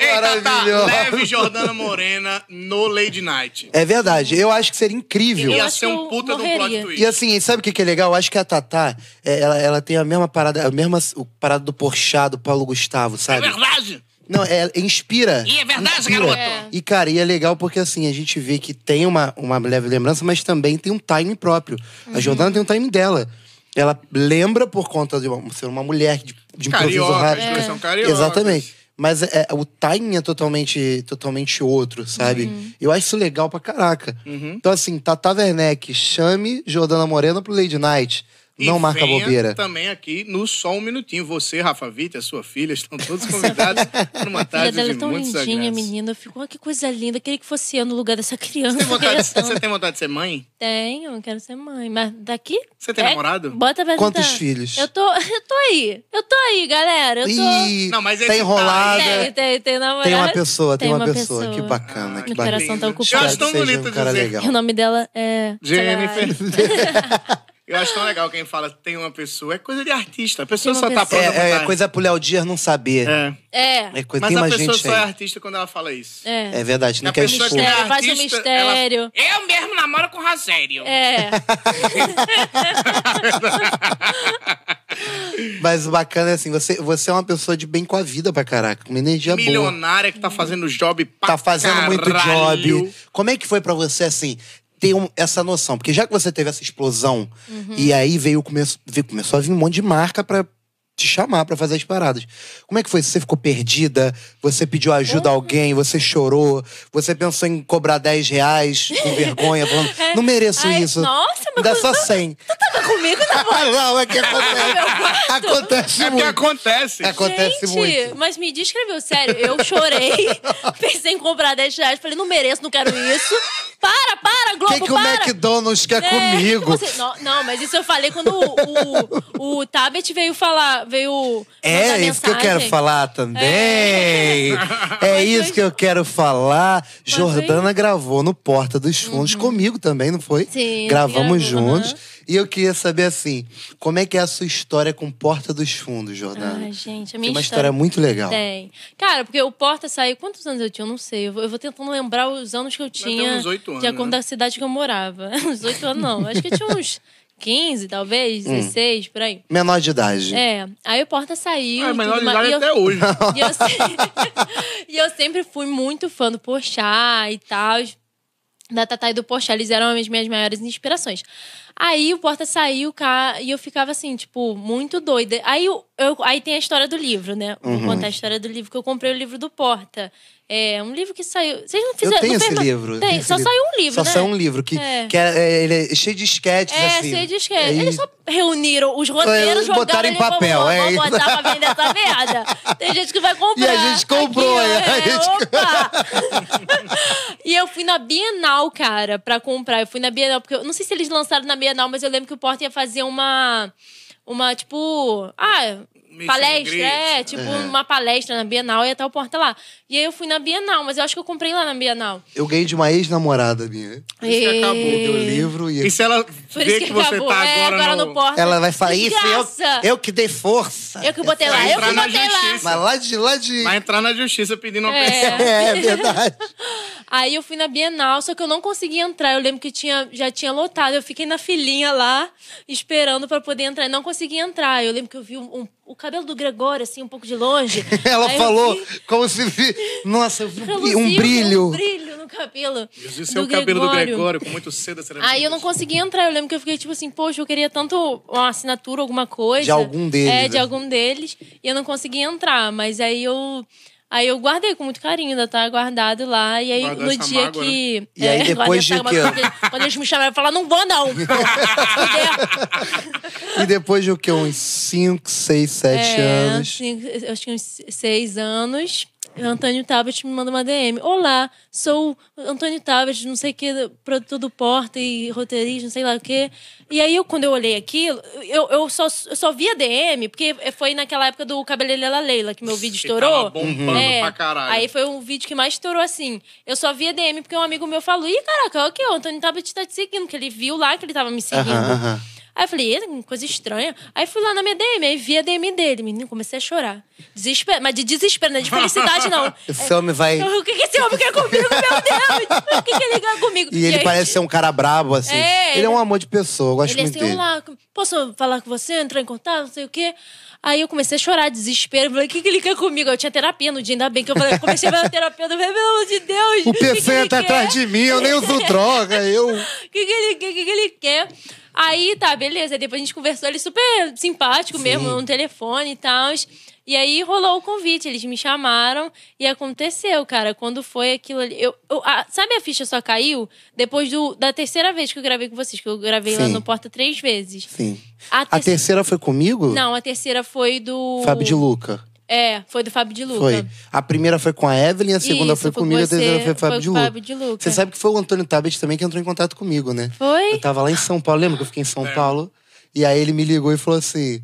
[SPEAKER 1] Ei, Tatá,
[SPEAKER 2] Maravilhoso.
[SPEAKER 1] leve Jordana Morena no Lady Night.
[SPEAKER 2] É verdade, eu acho que seria incrível.
[SPEAKER 3] Eu
[SPEAKER 1] Ia
[SPEAKER 3] acho
[SPEAKER 1] ser
[SPEAKER 3] que
[SPEAKER 1] um
[SPEAKER 3] eu
[SPEAKER 1] puta de um plot
[SPEAKER 3] morreria.
[SPEAKER 1] twist.
[SPEAKER 2] E assim, sabe o que que é legal? Eu acho que a Tatá, é, ela, ela tem a mesma parada, a mesma o parada do Porchat, do Paulo Gustavo,
[SPEAKER 1] É
[SPEAKER 2] sabe?
[SPEAKER 1] verdade.
[SPEAKER 2] Não, é, inspira.
[SPEAKER 1] E é verdade,
[SPEAKER 2] inspira.
[SPEAKER 1] garoto.
[SPEAKER 3] É.
[SPEAKER 2] E, cara, e é legal porque assim, a gente vê que tem uma, uma leve lembrança, mas também tem um time próprio. A Jordana tem um time dela. Ela lembra por conta de uma, ser uma mulher de, de improviso
[SPEAKER 1] Carioca,
[SPEAKER 2] rápido.
[SPEAKER 1] eles dois são cariocas.
[SPEAKER 2] Exatamente. Mas é, o timing é totalmente, totalmente outro, sabe? Eu acho isso legal pra caraca.
[SPEAKER 1] Uhum.
[SPEAKER 2] Então, assim, Tata Werneck, chame Jordana Morena pro Lady Night.
[SPEAKER 1] E
[SPEAKER 2] Não marca
[SPEAKER 1] venha
[SPEAKER 2] bobeira.
[SPEAKER 1] também aqui no Só Um Minutinho. Você, Rafa Vita, sua filha, estão todos convidados numa
[SPEAKER 3] A filha
[SPEAKER 1] tarde
[SPEAKER 3] dela é
[SPEAKER 1] de
[SPEAKER 3] tão
[SPEAKER 1] muitos
[SPEAKER 3] lindinha,
[SPEAKER 1] agressos.
[SPEAKER 3] menina. Eu fico, "Ah, que coisa linda. Queria que fosse eu no lugar dessa criança.
[SPEAKER 1] Tem vontade-
[SPEAKER 3] Eu
[SPEAKER 1] Você tem vontade de ser mãe?
[SPEAKER 3] Tenho, eu quero ser mãe. Mas daqui.
[SPEAKER 1] Você tem namorado?
[SPEAKER 3] Bota pra
[SPEAKER 2] Quantos
[SPEAKER 3] tentar.
[SPEAKER 2] filhos?
[SPEAKER 3] Eu tô, eu tô aí. Eu tô aí, galera. Eu tô.
[SPEAKER 2] Ih,
[SPEAKER 1] Não, mas
[SPEAKER 2] tá
[SPEAKER 1] esse
[SPEAKER 2] enrolada.
[SPEAKER 1] timing-
[SPEAKER 3] Tem, tem, tem namorado.
[SPEAKER 2] Tem uma pessoa, tem,
[SPEAKER 3] Tem
[SPEAKER 2] uma,
[SPEAKER 3] uma
[SPEAKER 2] pessoa.
[SPEAKER 3] pessoa.
[SPEAKER 2] Que bacana,
[SPEAKER 1] Ah,
[SPEAKER 2] que
[SPEAKER 3] meu
[SPEAKER 2] bacana.
[SPEAKER 3] coração tá
[SPEAKER 1] lindo.
[SPEAKER 3] ocupado.
[SPEAKER 1] Eu acho tão
[SPEAKER 2] Espero que seja
[SPEAKER 1] bonito
[SPEAKER 2] um cara
[SPEAKER 1] dizer.
[SPEAKER 2] legal.
[SPEAKER 3] O nome dela é. Sarah.
[SPEAKER 1] Jennifer. Eu acho tão legal quem fala tem uma pessoa. É coisa de artista. A pessoa
[SPEAKER 3] Tem
[SPEAKER 1] só
[SPEAKER 3] uma
[SPEAKER 1] tá
[SPEAKER 3] pessoa.
[SPEAKER 1] pronta pra
[SPEAKER 2] É, é
[SPEAKER 1] dar-
[SPEAKER 2] coisa pro Léo Dias não saber. É,
[SPEAKER 1] É.
[SPEAKER 3] É.
[SPEAKER 2] coisa,
[SPEAKER 1] Mas
[SPEAKER 2] tem
[SPEAKER 1] a
[SPEAKER 2] mais
[SPEAKER 1] pessoa
[SPEAKER 2] gente
[SPEAKER 1] só é
[SPEAKER 2] aí.
[SPEAKER 1] artista quando ela fala isso.
[SPEAKER 3] É.
[SPEAKER 2] É verdade, não
[SPEAKER 1] A
[SPEAKER 2] quer
[SPEAKER 1] pessoa
[SPEAKER 2] expor.
[SPEAKER 1] que é
[SPEAKER 3] Mistério, faz um
[SPEAKER 1] artista,
[SPEAKER 3] mistério.
[SPEAKER 1] Ela... Eu mesmo namoro com o Rosério.
[SPEAKER 3] É.
[SPEAKER 2] Mas o bacana é assim, você, você é uma pessoa de bem com a vida pra caraca, com uma energia boa.
[SPEAKER 1] Milionária
[SPEAKER 3] Uhum.
[SPEAKER 1] que tá fazendo job pra
[SPEAKER 2] Tá fazendo muito
[SPEAKER 1] caralho.
[SPEAKER 2] job. Como é que foi pra você, assim, ter um- essa noção? Porque já que você teve essa explosão,
[SPEAKER 3] Uhum.
[SPEAKER 2] e aí veio, come, veio- começou a vir um monte de marca pra te chamar pra fazer as paradas. Como é que foi? Você ficou perdida? Você pediu ajuda a
[SPEAKER 3] Uhum.
[SPEAKER 2] alguém? Você chorou? Você pensou em cobrar 10 reais com vergonha? Falando, não mereço
[SPEAKER 3] Ai,
[SPEAKER 2] isso.
[SPEAKER 3] nossa,
[SPEAKER 2] Me
[SPEAKER 3] mas
[SPEAKER 2] dá só 100.
[SPEAKER 3] comigo não.
[SPEAKER 2] não, é que acontece. acontece
[SPEAKER 1] É porque
[SPEAKER 2] muito.
[SPEAKER 1] acontece.
[SPEAKER 2] Acontece
[SPEAKER 3] Gente,
[SPEAKER 2] muito.
[SPEAKER 3] mas me descreveu, sério. Eu chorei. pensei em comprar 10 reais. Falei, não mereço, não quero isso. Para, para,
[SPEAKER 2] O
[SPEAKER 3] Globo,
[SPEAKER 2] que, que o
[SPEAKER 3] para.
[SPEAKER 2] McDonald's quer
[SPEAKER 3] É,
[SPEAKER 2] comigo?
[SPEAKER 3] você- não, não, mas isso eu falei quando o, o, o Tabet veio falar, veio.
[SPEAKER 2] É,
[SPEAKER 3] mandar
[SPEAKER 2] isso que eu quero
[SPEAKER 3] mensagem.
[SPEAKER 2] falar também. É, isso
[SPEAKER 3] hoje-
[SPEAKER 2] que eu quero falar. Jordana
[SPEAKER 3] hoje-
[SPEAKER 2] gravou no Porta dos Fundos comigo também, não foi?
[SPEAKER 3] Uhum. Sim,
[SPEAKER 2] Gravamos
[SPEAKER 3] gravou,
[SPEAKER 2] juntos.
[SPEAKER 3] aham.
[SPEAKER 2] E eu queria saber assim, como é que é a sua história com Porta dos Fundos, Jordana?
[SPEAKER 3] Ai, gente, a
[SPEAKER 2] Tem
[SPEAKER 3] minha É.
[SPEAKER 2] uma história muito legal.
[SPEAKER 3] Tem. Cara, porque o Porta saiu. Quantos anos eu tinha? Eu não sei. Eu vou, eu vou tentando lembrar os anos que eu tinha.
[SPEAKER 1] uns oito anos,
[SPEAKER 3] De acordo
[SPEAKER 1] né?
[SPEAKER 3] da cidade que eu morava. Uns oito anos, não. Acho que eu tinha uns 15, talvez,
[SPEAKER 2] Hum.
[SPEAKER 3] 16, por aí.
[SPEAKER 2] Menor de idade.
[SPEAKER 3] É. Aí o Porta saiu.
[SPEAKER 1] Ah,
[SPEAKER 3] e
[SPEAKER 1] mas
[SPEAKER 3] tudo
[SPEAKER 1] olha
[SPEAKER 3] mais,
[SPEAKER 1] lá
[SPEAKER 3] e um eu-
[SPEAKER 1] até hoje.
[SPEAKER 3] E eu, se- e eu sempre fui muito fã do Porchat e tal. Da Tatá e do Porchat. Eles eram as minhas maiores inspirações. Aí o Porta saiu cá e eu ficava assim, tipo, muito doida. Aí, eu, eu- aí tem a história do livro, né?
[SPEAKER 2] Uhum.
[SPEAKER 3] Vou contar a história do livro, que eu comprei o livro do Porta. É um livro que saiu... Vocês não
[SPEAKER 2] Eu
[SPEAKER 3] fizeram...
[SPEAKER 2] tenho
[SPEAKER 3] não
[SPEAKER 2] esse
[SPEAKER 3] fez mais-
[SPEAKER 2] livro. eu
[SPEAKER 3] Tem,
[SPEAKER 2] tenho esse
[SPEAKER 3] só saiu um livro,
[SPEAKER 2] Só
[SPEAKER 3] né?
[SPEAKER 2] saiu um livro, que,
[SPEAKER 3] É.
[SPEAKER 2] que é, é, ele é cheio de esquetes,
[SPEAKER 3] É,
[SPEAKER 2] assim.
[SPEAKER 3] sei de
[SPEAKER 2] É,
[SPEAKER 3] esquerda.
[SPEAKER 2] e-
[SPEAKER 3] Eles só reuniram os
[SPEAKER 2] É,
[SPEAKER 3] roteiros,
[SPEAKER 2] eles
[SPEAKER 3] jogaram
[SPEAKER 2] botaram em
[SPEAKER 3] ali, vamos
[SPEAKER 2] papel,
[SPEAKER 3] lá,
[SPEAKER 2] é
[SPEAKER 3] Vamos
[SPEAKER 2] isso.
[SPEAKER 3] botar pra vender essa merda. Tem gente que vai comprar.
[SPEAKER 2] E a gente comprou,
[SPEAKER 3] Aqui,
[SPEAKER 2] é,
[SPEAKER 3] ó,
[SPEAKER 2] a gente-
[SPEAKER 3] opa. e eu fui na Bienal, cara, pra comprar. Eu fui na Bienal, porque eu não sei se eles lançaram na Bienal, mas eu lembro que o Porta ia fazer uma... Uma, tipo... Ah,
[SPEAKER 1] meio
[SPEAKER 3] palestra,
[SPEAKER 1] sem gritos.
[SPEAKER 3] é, tipo uma palestra na Bienal e até o porta lá. E aí eu fui na Bienal, mas eu acho que eu comprei lá na Bienal.
[SPEAKER 2] Eu ganhei de uma ex-namorada minha.
[SPEAKER 1] Isso que acabou.
[SPEAKER 2] Eu dei o livro e.
[SPEAKER 1] E se ela
[SPEAKER 3] Por
[SPEAKER 1] vê
[SPEAKER 3] isso
[SPEAKER 1] que,
[SPEAKER 3] que,
[SPEAKER 1] você
[SPEAKER 3] acabou.
[SPEAKER 1] tá
[SPEAKER 3] é,
[SPEAKER 1] agora,
[SPEAKER 3] agora
[SPEAKER 1] no...
[SPEAKER 3] no porta.
[SPEAKER 2] Ela vai falar isso,
[SPEAKER 3] Desgraça!
[SPEAKER 2] eu, eu que dei força.
[SPEAKER 3] Eu que botei lá, eu
[SPEAKER 1] entrar
[SPEAKER 3] que
[SPEAKER 1] na
[SPEAKER 3] botei lá.
[SPEAKER 1] justiça.
[SPEAKER 2] Mas lá de lá de.
[SPEAKER 1] Vai entrar na justiça pedindo uma
[SPEAKER 3] É.
[SPEAKER 1] pensão.
[SPEAKER 2] É, verdade.
[SPEAKER 3] Aí eu fui na Bienal, só que eu não consegui entrar. Eu lembro que tinha, já tinha lotado. Eu fiquei na filinha lá, esperando pra poder entrar. E não consegui entrar. Eu lembro que eu vi um- um- o cabelo do Gregório, assim, um pouco de longe.
[SPEAKER 2] Ela
[SPEAKER 3] Aí eu
[SPEAKER 2] falou
[SPEAKER 3] vi-
[SPEAKER 2] como se. vi- Nossa, eu vi um, bri-
[SPEAKER 3] reluzia,
[SPEAKER 2] um brilho.
[SPEAKER 3] Um brilho no cabelo.
[SPEAKER 1] Jesus,
[SPEAKER 3] do
[SPEAKER 1] seu é cabelo do Gregório, com muito cedo será
[SPEAKER 3] Aí eu não consegui entrar. Eu lembro que eu fiquei tipo assim, poxa, eu queria tanto uma assinatura, alguma coisa.
[SPEAKER 2] De algum deles,
[SPEAKER 3] É, de
[SPEAKER 2] né?
[SPEAKER 3] algum deles. E eu não consegui entrar. Mas aí eu. Aí eu guardei com muito carinho, ainda tá guardado lá. E aí
[SPEAKER 1] Guardou
[SPEAKER 3] no
[SPEAKER 1] essa
[SPEAKER 3] dia
[SPEAKER 1] mágoa,
[SPEAKER 3] que. É,
[SPEAKER 2] E aí, depois
[SPEAKER 3] guardei
[SPEAKER 2] de
[SPEAKER 3] essa mágoa,
[SPEAKER 2] quê?
[SPEAKER 3] porque Quando eles me chamaram, eu falar, não vou não.
[SPEAKER 2] E depois de o quê? Uns 5, 6, 7
[SPEAKER 3] É,
[SPEAKER 2] anos.
[SPEAKER 3] assim, eu tinha uns seis anos. Antônio Tabet me manda uma DM. Olá, sou Antônio Tabet, não sei o que, produtor do Porta e roteirista, não sei lá o quê. E aí, eu, quando eu olhei aquilo, eu, eu, só, eu só via DM, porque foi naquela época do Cabelelela Leila, que meu vídeo
[SPEAKER 1] Que
[SPEAKER 3] estourou. É.
[SPEAKER 1] tava bombando pra caralho.
[SPEAKER 3] Aí foi um vídeo que mais estourou, assim. Eu só via DM, porque um amigo meu falou, ih, caraca, o que? O Antônio Tabet tá te seguindo, que ele viu lá que ele tava me seguindo.
[SPEAKER 2] Aham, aham.
[SPEAKER 3] Aí eu falei, "Eita, que coisa estranha. Aí fui lá na minha DM, aí vi a DM dele. Menino, comecei a chorar. Desespero, mas de desespero, não é de felicidade, não.
[SPEAKER 2] Esse homem vai.
[SPEAKER 3] Eu, O que, que esse homem quer comigo, meu Deus? O que, que ele quer comigo?
[SPEAKER 2] E ele
[SPEAKER 3] aí,
[SPEAKER 2] parece ser um cara brabo, assim.
[SPEAKER 3] É,
[SPEAKER 2] ele é um amor de pessoa, eu gosto
[SPEAKER 3] Ele
[SPEAKER 2] muito
[SPEAKER 3] assim,
[SPEAKER 2] dele.
[SPEAKER 3] olá, posso falar com você, entrar em contato, não sei o quê. Aí eu comecei a chorar, desespero. Falei, o que, que ele quer comigo? Eu tinha terapia no dia, ainda bem que eu falei, comecei a ver a terapia. Eu falei, pelo amor de Deus.
[SPEAKER 2] O
[SPEAKER 3] que que
[SPEAKER 2] PC
[SPEAKER 3] ele
[SPEAKER 2] tá
[SPEAKER 3] quer?"
[SPEAKER 2] atrás de mim, eu nem uso droga, eu.
[SPEAKER 3] O que, que, ele, que, que, que ele quer? Aí tá, beleza. Aí depois a gente conversou, ele é super simpático mesmo, no telefone e tal. E aí rolou o convite, eles me chamaram e aconteceu, cara. Quando foi aquilo ali. Eu, eu- a- sabe a ficha só caiu? Depois do, da terceira vez que eu gravei com vocês, que eu gravei lá
[SPEAKER 2] Sim.
[SPEAKER 3] no Porta três vezes.
[SPEAKER 2] Sim.
[SPEAKER 3] A,
[SPEAKER 2] A
[SPEAKER 3] terceira.
[SPEAKER 2] terceira foi comigo?
[SPEAKER 3] Não, a terceira foi do.
[SPEAKER 2] Fábio de Luca.
[SPEAKER 3] É, foi do Fábio de Luca.
[SPEAKER 2] Foi. A primeira foi com a Evelyn, a segunda
[SPEAKER 3] Isso,
[SPEAKER 2] foi
[SPEAKER 3] foi
[SPEAKER 2] comigo, a
[SPEAKER 3] você,
[SPEAKER 2] terceira foi o Fábio
[SPEAKER 3] foi
[SPEAKER 2] de
[SPEAKER 3] com o
[SPEAKER 2] Luca.
[SPEAKER 3] Fábio de Luca.
[SPEAKER 2] Você sabe que foi o Antônio Tabet também que entrou em contato comigo, né?
[SPEAKER 3] Foi?
[SPEAKER 2] Eu tava lá em São Paulo, lembra que eu fiquei em São
[SPEAKER 1] É.
[SPEAKER 2] Paulo? E aí ele me ligou e falou assim.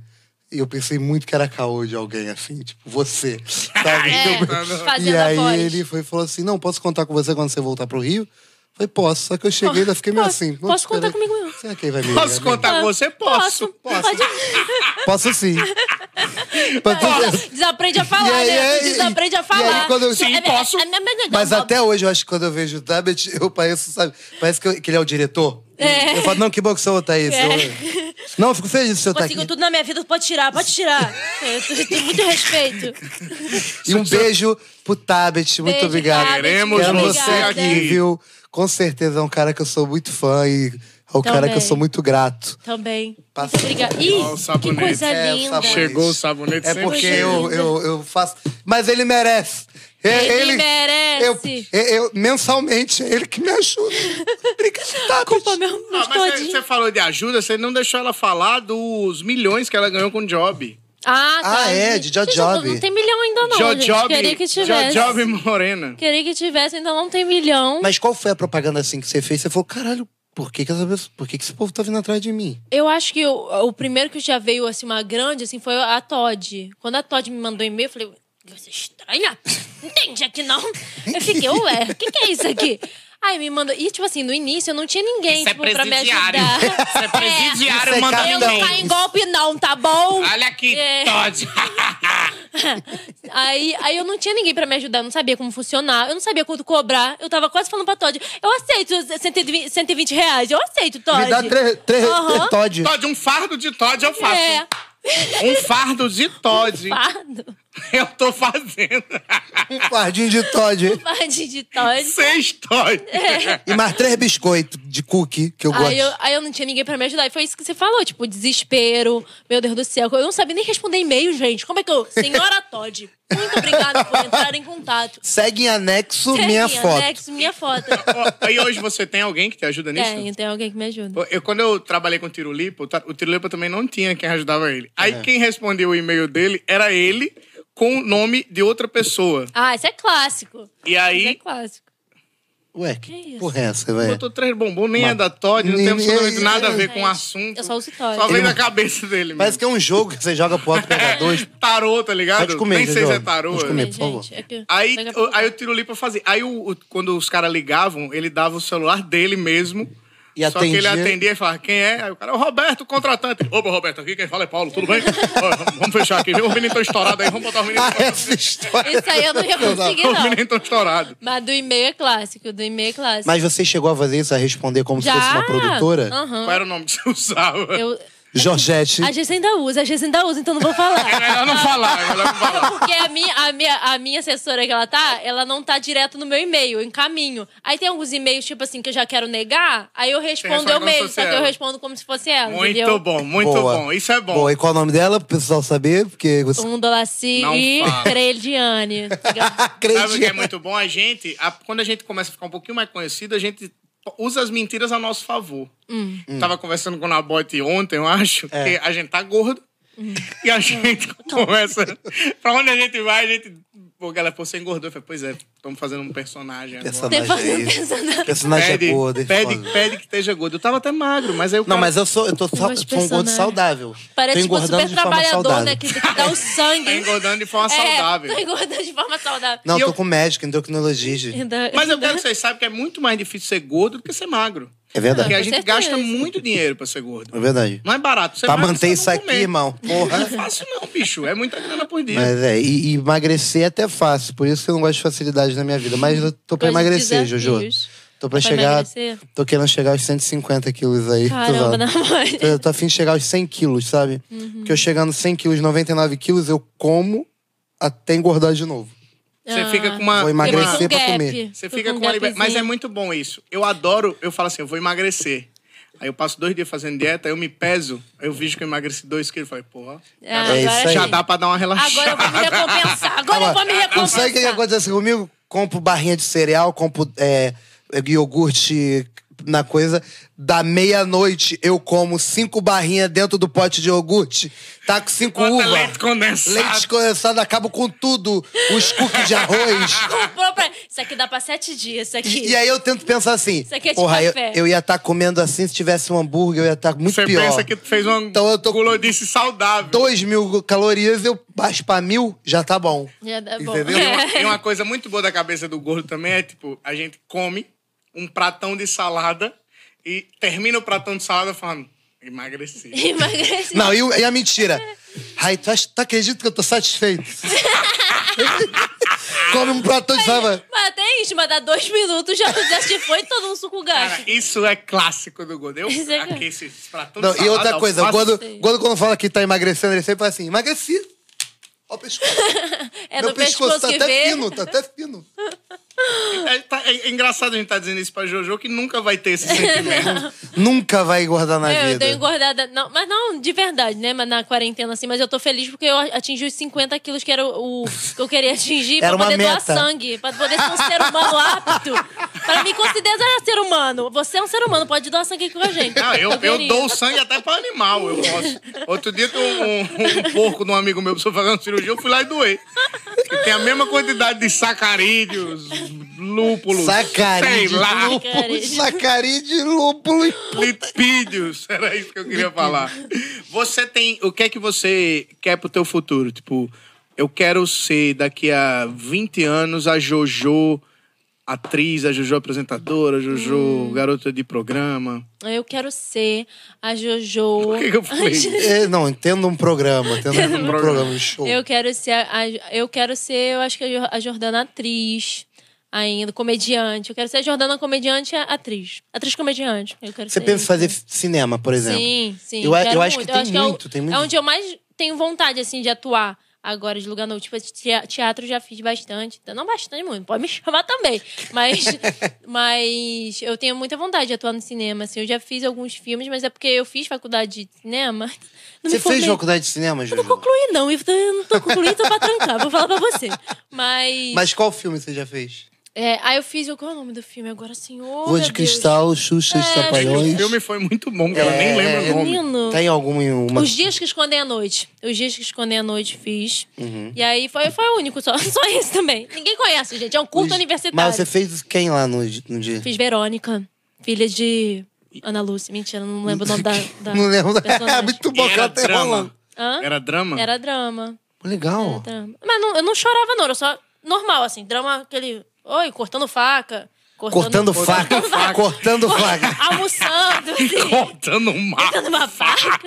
[SPEAKER 2] e Eu pensei muito que era caô de alguém, assim, tipo, você. Sabe?
[SPEAKER 3] É,
[SPEAKER 2] E
[SPEAKER 3] fazendo a
[SPEAKER 2] aí
[SPEAKER 3] voz.
[SPEAKER 2] ele foi e falou assim: não, posso contar com você quando você voltar pro Rio? Falei, posso, só que eu cheguei e ainda fiquei meio
[SPEAKER 3] Posso-
[SPEAKER 2] assim.
[SPEAKER 3] posso
[SPEAKER 2] "Nossa,
[SPEAKER 3] contar
[SPEAKER 2] peraí,
[SPEAKER 3] comigo?"
[SPEAKER 2] Será que ele vai me
[SPEAKER 1] Posso
[SPEAKER 2] ligar?
[SPEAKER 1] contar com você? Posso. Posso. Ah,
[SPEAKER 2] Posso sim. Mas,
[SPEAKER 3] Desaprende a falar,
[SPEAKER 2] E aí,
[SPEAKER 3] né?
[SPEAKER 2] e aí,
[SPEAKER 3] Desaprende a
[SPEAKER 2] e aí,
[SPEAKER 3] falar.
[SPEAKER 2] quando eu- Sim,
[SPEAKER 3] É, é,
[SPEAKER 1] posso.
[SPEAKER 3] é, é, é, é,
[SPEAKER 2] mas
[SPEAKER 3] é,
[SPEAKER 2] até hoje eu acho que quando eu vejo o Tabet, eu pareço, sabe? Parece que, eu- que ele é o diretor.
[SPEAKER 3] É.
[SPEAKER 2] Eu falo, não, que bom que o senhor tá aí. senhor." Não, eu fico feliz de o senhor tá aqui.
[SPEAKER 3] Conseguiu tudo na minha vida, pode tirar, pode tirar. Eu tenho- tenho muito respeito.
[SPEAKER 2] E um beijo pro Tabet, muito
[SPEAKER 3] Beijo,
[SPEAKER 2] obrigado.
[SPEAKER 3] Tabet,
[SPEAKER 1] Queremos
[SPEAKER 2] Quero
[SPEAKER 3] muito
[SPEAKER 2] você
[SPEAKER 3] obrigada.
[SPEAKER 2] aqui, viu? Com certeza é um cara que eu sou muito fã e é um cara
[SPEAKER 3] Também.
[SPEAKER 2] que eu sou muito grato.
[SPEAKER 3] Também. Muito
[SPEAKER 2] Passa-
[SPEAKER 3] obrigada.
[SPEAKER 1] Ó, o
[SPEAKER 3] Ih, que
[SPEAKER 1] sabonete.
[SPEAKER 3] coisa
[SPEAKER 2] É, o
[SPEAKER 3] linda.
[SPEAKER 2] sabonete.
[SPEAKER 1] Chegou o sabonete
[SPEAKER 2] É
[SPEAKER 1] sem
[SPEAKER 2] porque
[SPEAKER 1] cheiro.
[SPEAKER 2] eu, eu, eu faço. Mas ele merece. E-
[SPEAKER 3] Ele merece.
[SPEAKER 2] Eu, é, eu- eu- mensalmente, é ele que me ajuda. Obrigado, Tabet.
[SPEAKER 3] Desculpa, meu,
[SPEAKER 1] Ah, mas
[SPEAKER 3] meus
[SPEAKER 1] você- você
[SPEAKER 3] todinhos.
[SPEAKER 1] falou de ajuda, você não deixou ela falar dos milhões que ela ganhou com o Job.
[SPEAKER 3] Ah, tá.
[SPEAKER 2] Ah, é, de Job
[SPEAKER 3] Gente, não-
[SPEAKER 2] Job.
[SPEAKER 3] Não tem milhão ainda não,
[SPEAKER 1] Jo
[SPEAKER 3] gente.
[SPEAKER 1] Job,
[SPEAKER 3] Queria que
[SPEAKER 1] Jo
[SPEAKER 3] tivesse.
[SPEAKER 1] Job Morena.
[SPEAKER 3] Queria que tivesse, ainda não tem milhão.
[SPEAKER 2] Mas qual foi a propaganda assim que você fez? Você falou, caralho, por que, que, essa pessoa- por que, que esse povo tá vindo atrás de mim?
[SPEAKER 3] Eu acho que o, o primeiro que já veio, assim, uma grande, assim, foi a Todd. Quando a Todd me mandou e-mail, eu falei, você é estranha? Entende aqui não? Eu fiquei, ué, o que, que é isso aqui? Aí me mandou. E, tipo assim, no início eu não tinha ninguém,
[SPEAKER 1] Isso é
[SPEAKER 3] tipo, pra me
[SPEAKER 1] presidiário.
[SPEAKER 3] ajudar.
[SPEAKER 1] Isso é presidiário,
[SPEAKER 2] Isso é
[SPEAKER 1] manda
[SPEAKER 3] Eu
[SPEAKER 2] capitão.
[SPEAKER 3] não caio em golpe, não, tá bom?
[SPEAKER 1] Olha aqui,
[SPEAKER 3] É.
[SPEAKER 1] Todd.
[SPEAKER 3] Aí, aí eu não tinha ninguém pra me ajudar, eu não sabia como funcionar, eu não sabia quanto cobrar. Eu tava quase falando pra Todd, eu aceito 120, 120 reais, eu aceito, Todd.
[SPEAKER 2] Me dá três, três,
[SPEAKER 3] Aham.
[SPEAKER 2] três Todd.
[SPEAKER 1] Todd, um fardo de Todd eu faço.
[SPEAKER 3] É,
[SPEAKER 1] Um fardo de Todd
[SPEAKER 3] pardo.
[SPEAKER 1] eu tô fazendo.
[SPEAKER 2] Um fardinho de Todd.
[SPEAKER 3] Pardo de Todd.
[SPEAKER 1] Seis Todd.
[SPEAKER 2] E mais três biscoitos de cookie que eu gosto.
[SPEAKER 3] Aí eu, aí eu não tinha ninguém pra me ajudar. E foi isso que você falou, tipo, desespero. Meu Deus do céu. Eu não sabia nem responder e-mail, gente. Como é que eu. Senhora Todd, muito obrigada por entrar em contato.
[SPEAKER 2] Segue em anexo minha
[SPEAKER 3] Sim,
[SPEAKER 2] foto.
[SPEAKER 3] Alex, minha foto. É.
[SPEAKER 1] Ó, E hoje você tem alguém que te ajuda nisso?
[SPEAKER 3] Tem, tem alguém que me ajuda.
[SPEAKER 1] Eu, quando eu trabalhei com o Tirulipa, o ta- o Tirulipa também não tinha quem ajudava ele. Aí
[SPEAKER 2] É.
[SPEAKER 1] quem respondia o e-mail dele era ele com o nome de outra pessoa.
[SPEAKER 3] Ah, isso é clássico.
[SPEAKER 1] E aí-
[SPEAKER 3] Isso é clássico.
[SPEAKER 2] Ué, que,
[SPEAKER 3] isso?
[SPEAKER 2] porra é essa, velho?
[SPEAKER 1] Botou três bombons, nem é da Todd, não tem
[SPEAKER 2] Nem- é
[SPEAKER 1] absolutamente nada a ver
[SPEAKER 3] Gente,
[SPEAKER 1] com o assunto.
[SPEAKER 3] eu só uso Todd.
[SPEAKER 1] Só veio na cabeça dele,
[SPEAKER 2] Parece que é um jogo que você joga pro alto pegar dois.
[SPEAKER 1] Tarô, tá ligado?
[SPEAKER 2] Pode comer,
[SPEAKER 1] nem sei se é
[SPEAKER 2] Jojo.
[SPEAKER 1] tarô. né?
[SPEAKER 2] Pode comer.
[SPEAKER 3] Ai,
[SPEAKER 2] por favor.
[SPEAKER 3] gente, é que-
[SPEAKER 1] Aí,
[SPEAKER 3] daqui a
[SPEAKER 1] o-
[SPEAKER 3] pouco-
[SPEAKER 1] aí o Tirolipa fazia. Aí o- o- quando os caras ligavam, ele dava o celular dele mesmo.
[SPEAKER 2] E
[SPEAKER 1] só que ele
[SPEAKER 2] atendia.
[SPEAKER 1] atendia e falava, quem é? Aí o cara, é o Roberto, o contratante. Opa, Roberto, aqui quem fala é Paulo, tudo bem? Ó, vamos fechar aqui, viu? Os meninos estão estourados aí, vamos botar os meninos.
[SPEAKER 2] Ah, essa história.
[SPEAKER 3] Isso aí eu não ia conseguir,
[SPEAKER 1] Os
[SPEAKER 3] não.
[SPEAKER 1] meninos estão estourados.
[SPEAKER 3] Mas do e-mail é clássico, do e-mail é clássico.
[SPEAKER 2] Mas você chegou a fazer isso, a responder como se fosse uma produtora?
[SPEAKER 3] Aham.
[SPEAKER 1] Qual era o nome que você usava?
[SPEAKER 3] Eu...
[SPEAKER 2] Georgette.
[SPEAKER 3] A gente ainda usa, a gente ainda usa, então não vou falar.
[SPEAKER 1] É melhor não falar, é melhor não falar.
[SPEAKER 3] Porque a minha, a, minha, a minha assessora que ela tá, ela não tá direto no meu e-mail, eu encaminho. Aí tem alguns e-mails, tipo assim, que eu já quero negar, aí eu respondo
[SPEAKER 1] responde como
[SPEAKER 3] eu
[SPEAKER 1] se
[SPEAKER 3] mesmo,
[SPEAKER 1] fosse
[SPEAKER 3] só que eu
[SPEAKER 1] ela.
[SPEAKER 3] respondo como se fosse ela,
[SPEAKER 1] Muito
[SPEAKER 3] entendeu?
[SPEAKER 1] bom, muito
[SPEAKER 2] Boa.
[SPEAKER 1] bom. Isso é bom.
[SPEAKER 2] Boa, e qual é o nome dela, pro pessoal saber? Porque você
[SPEAKER 3] Um Dolaci
[SPEAKER 1] Não
[SPEAKER 3] e
[SPEAKER 1] fala.
[SPEAKER 3] Crediane.
[SPEAKER 1] Sabe o que é
[SPEAKER 2] acredita.
[SPEAKER 1] muito bom? A gente, a- quando a gente começa a ficar um pouquinho mais conhecido, a gente usa as mentiras a nosso favor.
[SPEAKER 3] Hum.
[SPEAKER 2] Hum.
[SPEAKER 1] Tava conversando com o Nabote ontem, eu acho,
[SPEAKER 2] É.
[SPEAKER 1] que a gente tá gordo.
[SPEAKER 3] Hum.
[SPEAKER 1] E a gente começa. pra onde a gente vai, a gente. Pô, galera, pô, você engordou. Eu falei, pois é, estamos fazendo um personagem agora.
[SPEAKER 3] Tem
[SPEAKER 2] Personagem é
[SPEAKER 3] fazendo
[SPEAKER 2] isso.
[SPEAKER 3] personagem.
[SPEAKER 2] Personagem é gordo. é
[SPEAKER 1] pede,
[SPEAKER 2] foda.
[SPEAKER 1] pede que esteja gordo. Eu tava até magro, mas aí o
[SPEAKER 2] Não,
[SPEAKER 1] cara-
[SPEAKER 2] mas eu sou, eu tô, só,
[SPEAKER 3] gosto de
[SPEAKER 2] sou um gordo
[SPEAKER 3] personagem.
[SPEAKER 2] saudável.
[SPEAKER 3] Parece
[SPEAKER 2] tô
[SPEAKER 3] tipo um
[SPEAKER 2] engordando
[SPEAKER 3] super
[SPEAKER 2] de forma
[SPEAKER 3] trabalhador,
[SPEAKER 2] saudável.
[SPEAKER 3] né? Que tem que dar o sangue.
[SPEAKER 1] Tá engordando de forma
[SPEAKER 3] é,
[SPEAKER 1] saudável.
[SPEAKER 3] Tá engordando de forma saudável.
[SPEAKER 2] Não,
[SPEAKER 1] E
[SPEAKER 2] tô
[SPEAKER 1] eu-
[SPEAKER 2] com médico, endocrinologista.
[SPEAKER 3] Ainda-
[SPEAKER 1] Mas eu
[SPEAKER 3] ainda-
[SPEAKER 1] quero que vocês saibam que é muito mais difícil ser gordo do que ser magro.
[SPEAKER 2] É
[SPEAKER 1] Porque
[SPEAKER 2] verdade.
[SPEAKER 1] a
[SPEAKER 3] Com
[SPEAKER 1] gente
[SPEAKER 3] certeza.
[SPEAKER 1] gasta muito dinheiro pra ser gordo.
[SPEAKER 2] É verdade.
[SPEAKER 1] Não é barato. Você
[SPEAKER 2] Pra
[SPEAKER 1] vai,
[SPEAKER 2] manter
[SPEAKER 1] você
[SPEAKER 2] isso
[SPEAKER 1] não
[SPEAKER 2] aqui,
[SPEAKER 1] comer.
[SPEAKER 2] irmão. Porra.
[SPEAKER 1] Não é fácil não, bicho. É muita grana por dia.
[SPEAKER 2] Mas é, e, e emagrecer é até fácil, por isso que eu não gosto de facilidade na minha vida. Mas eu tô pra
[SPEAKER 3] Coisa de
[SPEAKER 2] emagrecer,
[SPEAKER 3] desafios.
[SPEAKER 2] Jojo. Tô pra
[SPEAKER 3] Pra
[SPEAKER 2] chegar.
[SPEAKER 3] emagrecer?
[SPEAKER 2] Tô querendo chegar aos 150 quilos aí. tô
[SPEAKER 3] Caramba,
[SPEAKER 2] zoando.
[SPEAKER 3] na Uhum. mãe.
[SPEAKER 2] Eu tô afim de chegar aos 100 quilos, sabe? Porque eu chegando 100 quilos, 99 quilos, eu como até engordar de novo.
[SPEAKER 1] Você
[SPEAKER 3] Ah.
[SPEAKER 1] fica com uma...
[SPEAKER 2] Vou
[SPEAKER 1] uma-
[SPEAKER 2] emagrecer
[SPEAKER 3] um
[SPEAKER 2] pra comer.
[SPEAKER 1] Você fica com uma liberdade. Mas é muito bom isso. Eu adoro... Eu falo assim, eu vou emagrecer. Aí eu passo dois dias fazendo dieta, eu me peso, aí eu vejo que eu emagreci dois quilos. Falei, porra,
[SPEAKER 2] É isso aí.
[SPEAKER 1] já dá pra dar uma
[SPEAKER 3] Agora eu
[SPEAKER 1] relaxada.
[SPEAKER 3] vou me recompensar. Agora eu vou me
[SPEAKER 2] Não
[SPEAKER 3] recompensar.
[SPEAKER 2] sabe o que que acontece comigo? Compro barrinha de cereal, compro é, iogurte na coisa. Da meia-noite, eu como cinco barrinhas dentro do pote de iogurte. Tá com cinco
[SPEAKER 1] Bota
[SPEAKER 2] uvas.
[SPEAKER 1] leite condensado.
[SPEAKER 2] Leite condensado, acabo com tudo. Os cookies de arroz.
[SPEAKER 3] Comprou pra- Isso aqui dá pra sete dias, isso aqui.
[SPEAKER 2] E aí eu tento pensar assim,
[SPEAKER 3] Isso aqui é de
[SPEAKER 2] porra, eu,
[SPEAKER 3] café.
[SPEAKER 2] eu ia estar comendo assim se tivesse um hambúrguer, eu ia estar muito
[SPEAKER 1] Você
[SPEAKER 2] pior.
[SPEAKER 1] pensa que tu fez uma
[SPEAKER 2] Então eu tô com
[SPEAKER 1] gulodice saudável.
[SPEAKER 2] 2 mil calorias, eu baixo pra mil, já tá bom.
[SPEAKER 3] Já dá bom.
[SPEAKER 2] Entendeu?
[SPEAKER 1] E uma- E uma coisa muito boa da cabeça do gordo também é, tipo, a gente come um pratão de salada e termina o pratão de salada falando, emagreci.
[SPEAKER 3] Emagreci.
[SPEAKER 2] Não, e, o- e a mentira? Ai, tu, acha, tu acredita que eu tô satisfeito? Come um pratão de samba.
[SPEAKER 3] Mas até isso, mas dá dois minutos, já, já se foi todo um suco
[SPEAKER 1] Cara,
[SPEAKER 3] gasto.
[SPEAKER 1] isso é clássico do gordo. Eu,
[SPEAKER 3] Isso é
[SPEAKER 1] aqui, esse pratão de
[SPEAKER 2] Não,
[SPEAKER 1] salada,
[SPEAKER 2] e outra coisa,
[SPEAKER 1] alface-
[SPEAKER 2] quando, quando, quando fala que tá emagrecendo, ele sempre fala assim, emagreci. Ó o pescoço.
[SPEAKER 3] É
[SPEAKER 2] Meu
[SPEAKER 3] no pescoço,
[SPEAKER 2] tá
[SPEAKER 3] que
[SPEAKER 2] até
[SPEAKER 3] vê.
[SPEAKER 2] fino, tá até fino.
[SPEAKER 1] É, tá- é engraçado a gente tá dizendo isso pra Jojo, que nunca vai ter esse sentimento.
[SPEAKER 2] Nunca vai engordar na
[SPEAKER 3] É, eu
[SPEAKER 2] vida.
[SPEAKER 3] dei engordada. Não, mas não de verdade, né? Mas na quarentena, assim, mas eu tô feliz porque eu atingi os 50 quilos que era o, o que eu queria atingir
[SPEAKER 2] Era
[SPEAKER 3] pra
[SPEAKER 2] uma
[SPEAKER 3] poder doar
[SPEAKER 2] meta.
[SPEAKER 3] sangue. Pra poder ser um ser humano apto. Pra me considerar ser humano. Você é um ser humano, pode doar sangue aqui com a gente.
[SPEAKER 1] Não, Ah, eu, eu
[SPEAKER 3] queria.
[SPEAKER 1] dou sangue até pra animal, eu posso. Outro dia tem um, um- um porco de um amigo meu precisou fazer uma cirurgia, eu fui lá e doei. Que tem a mesma quantidade de sacarídeos, lúpulos, sei
[SPEAKER 2] Sacarídeo de
[SPEAKER 1] lá,
[SPEAKER 2] lúpulo. Sacarídeo de lúpulo. e-
[SPEAKER 1] lipídios. Era isso que eu queria falar. Você tem... O que é que você quer pro teu futuro? Tipo, eu quero ser daqui a 20 anos a Jojo atriz, a Jojo apresentadora, a Jojo
[SPEAKER 3] Hum.
[SPEAKER 1] garota de programa.
[SPEAKER 3] Eu quero ser a Jojo.
[SPEAKER 1] Por que, que eu falei isso?
[SPEAKER 2] É, não, entendo um programa, entendo um
[SPEAKER 1] programa.
[SPEAKER 2] programa, um show.
[SPEAKER 3] Eu quero ser a, a- eu quero ser, eu acho que a Jo- a Jordana atriz ainda, comediante. Eu quero ser a Jordana comediante e a- atriz. Atriz comediante. Eu quero
[SPEAKER 2] Você
[SPEAKER 3] ser
[SPEAKER 2] pensa em
[SPEAKER 3] isso.
[SPEAKER 2] fazer cinema, por exemplo?
[SPEAKER 3] Sim, sim.
[SPEAKER 2] Eu a-
[SPEAKER 3] quero
[SPEAKER 2] eu acho que tem
[SPEAKER 3] é o-
[SPEAKER 2] muito, tem muito.
[SPEAKER 3] É onde eu mais tenho vontade, assim, de atuar agora, de lugar novo. Tipo, tea- teatro eu já fiz bastante. Então, Não bastante muito, pode me chamar também. Mas, mas eu tenho muita vontade de atuar no cinema, assim. Eu já fiz alguns filmes, mas é porque eu fiz faculdade de cinema. Não
[SPEAKER 2] Você
[SPEAKER 3] me formei.
[SPEAKER 2] fez faculdade de cinema, Juju?
[SPEAKER 3] Não concluí, não. Eu tô- eu não tô concluindo, tô pra trancar. Vou falar pra você. Mas...
[SPEAKER 2] Mas qual filme você já fez?
[SPEAKER 3] É, aí eu fiz, o qual é o nome do filme? Agora, senhor.
[SPEAKER 2] Rua de Cristal,
[SPEAKER 3] É,
[SPEAKER 2] Xuxa, os
[SPEAKER 1] O
[SPEAKER 2] Trapalhões.
[SPEAKER 1] filme foi muito bom, cara. Eu nem lembro o nome.
[SPEAKER 3] Menino.
[SPEAKER 2] Tem alguma... Uma...
[SPEAKER 3] Os dias que escondem a noite. Os dias que escondem a noite fiz.
[SPEAKER 2] Uhum.
[SPEAKER 3] E aí foi, foi o único, só, só esse também. Ninguém conhece, gente. É um curto universitário.
[SPEAKER 2] Mas você fez quem lá no, no dia?
[SPEAKER 3] Fiz Verônica, filha de Ana Lúcia. Mentira, não lembro o nome da. da
[SPEAKER 2] Não lembro. É
[SPEAKER 3] personagem.
[SPEAKER 2] muito bom que ela
[SPEAKER 1] Era
[SPEAKER 2] tá enrolando.
[SPEAKER 1] drama.
[SPEAKER 3] Hã?
[SPEAKER 1] Era drama?
[SPEAKER 3] Era drama.
[SPEAKER 2] Legal.
[SPEAKER 3] drama. Mas não- eu não chorava, não. Era só normal, assim. Drama, aquele. Oi, cortando faca.
[SPEAKER 2] Cortando faca. Cortando faca.
[SPEAKER 3] Almoçando. assim,
[SPEAKER 1] Cortando um mapa.
[SPEAKER 3] Cortando uma faca.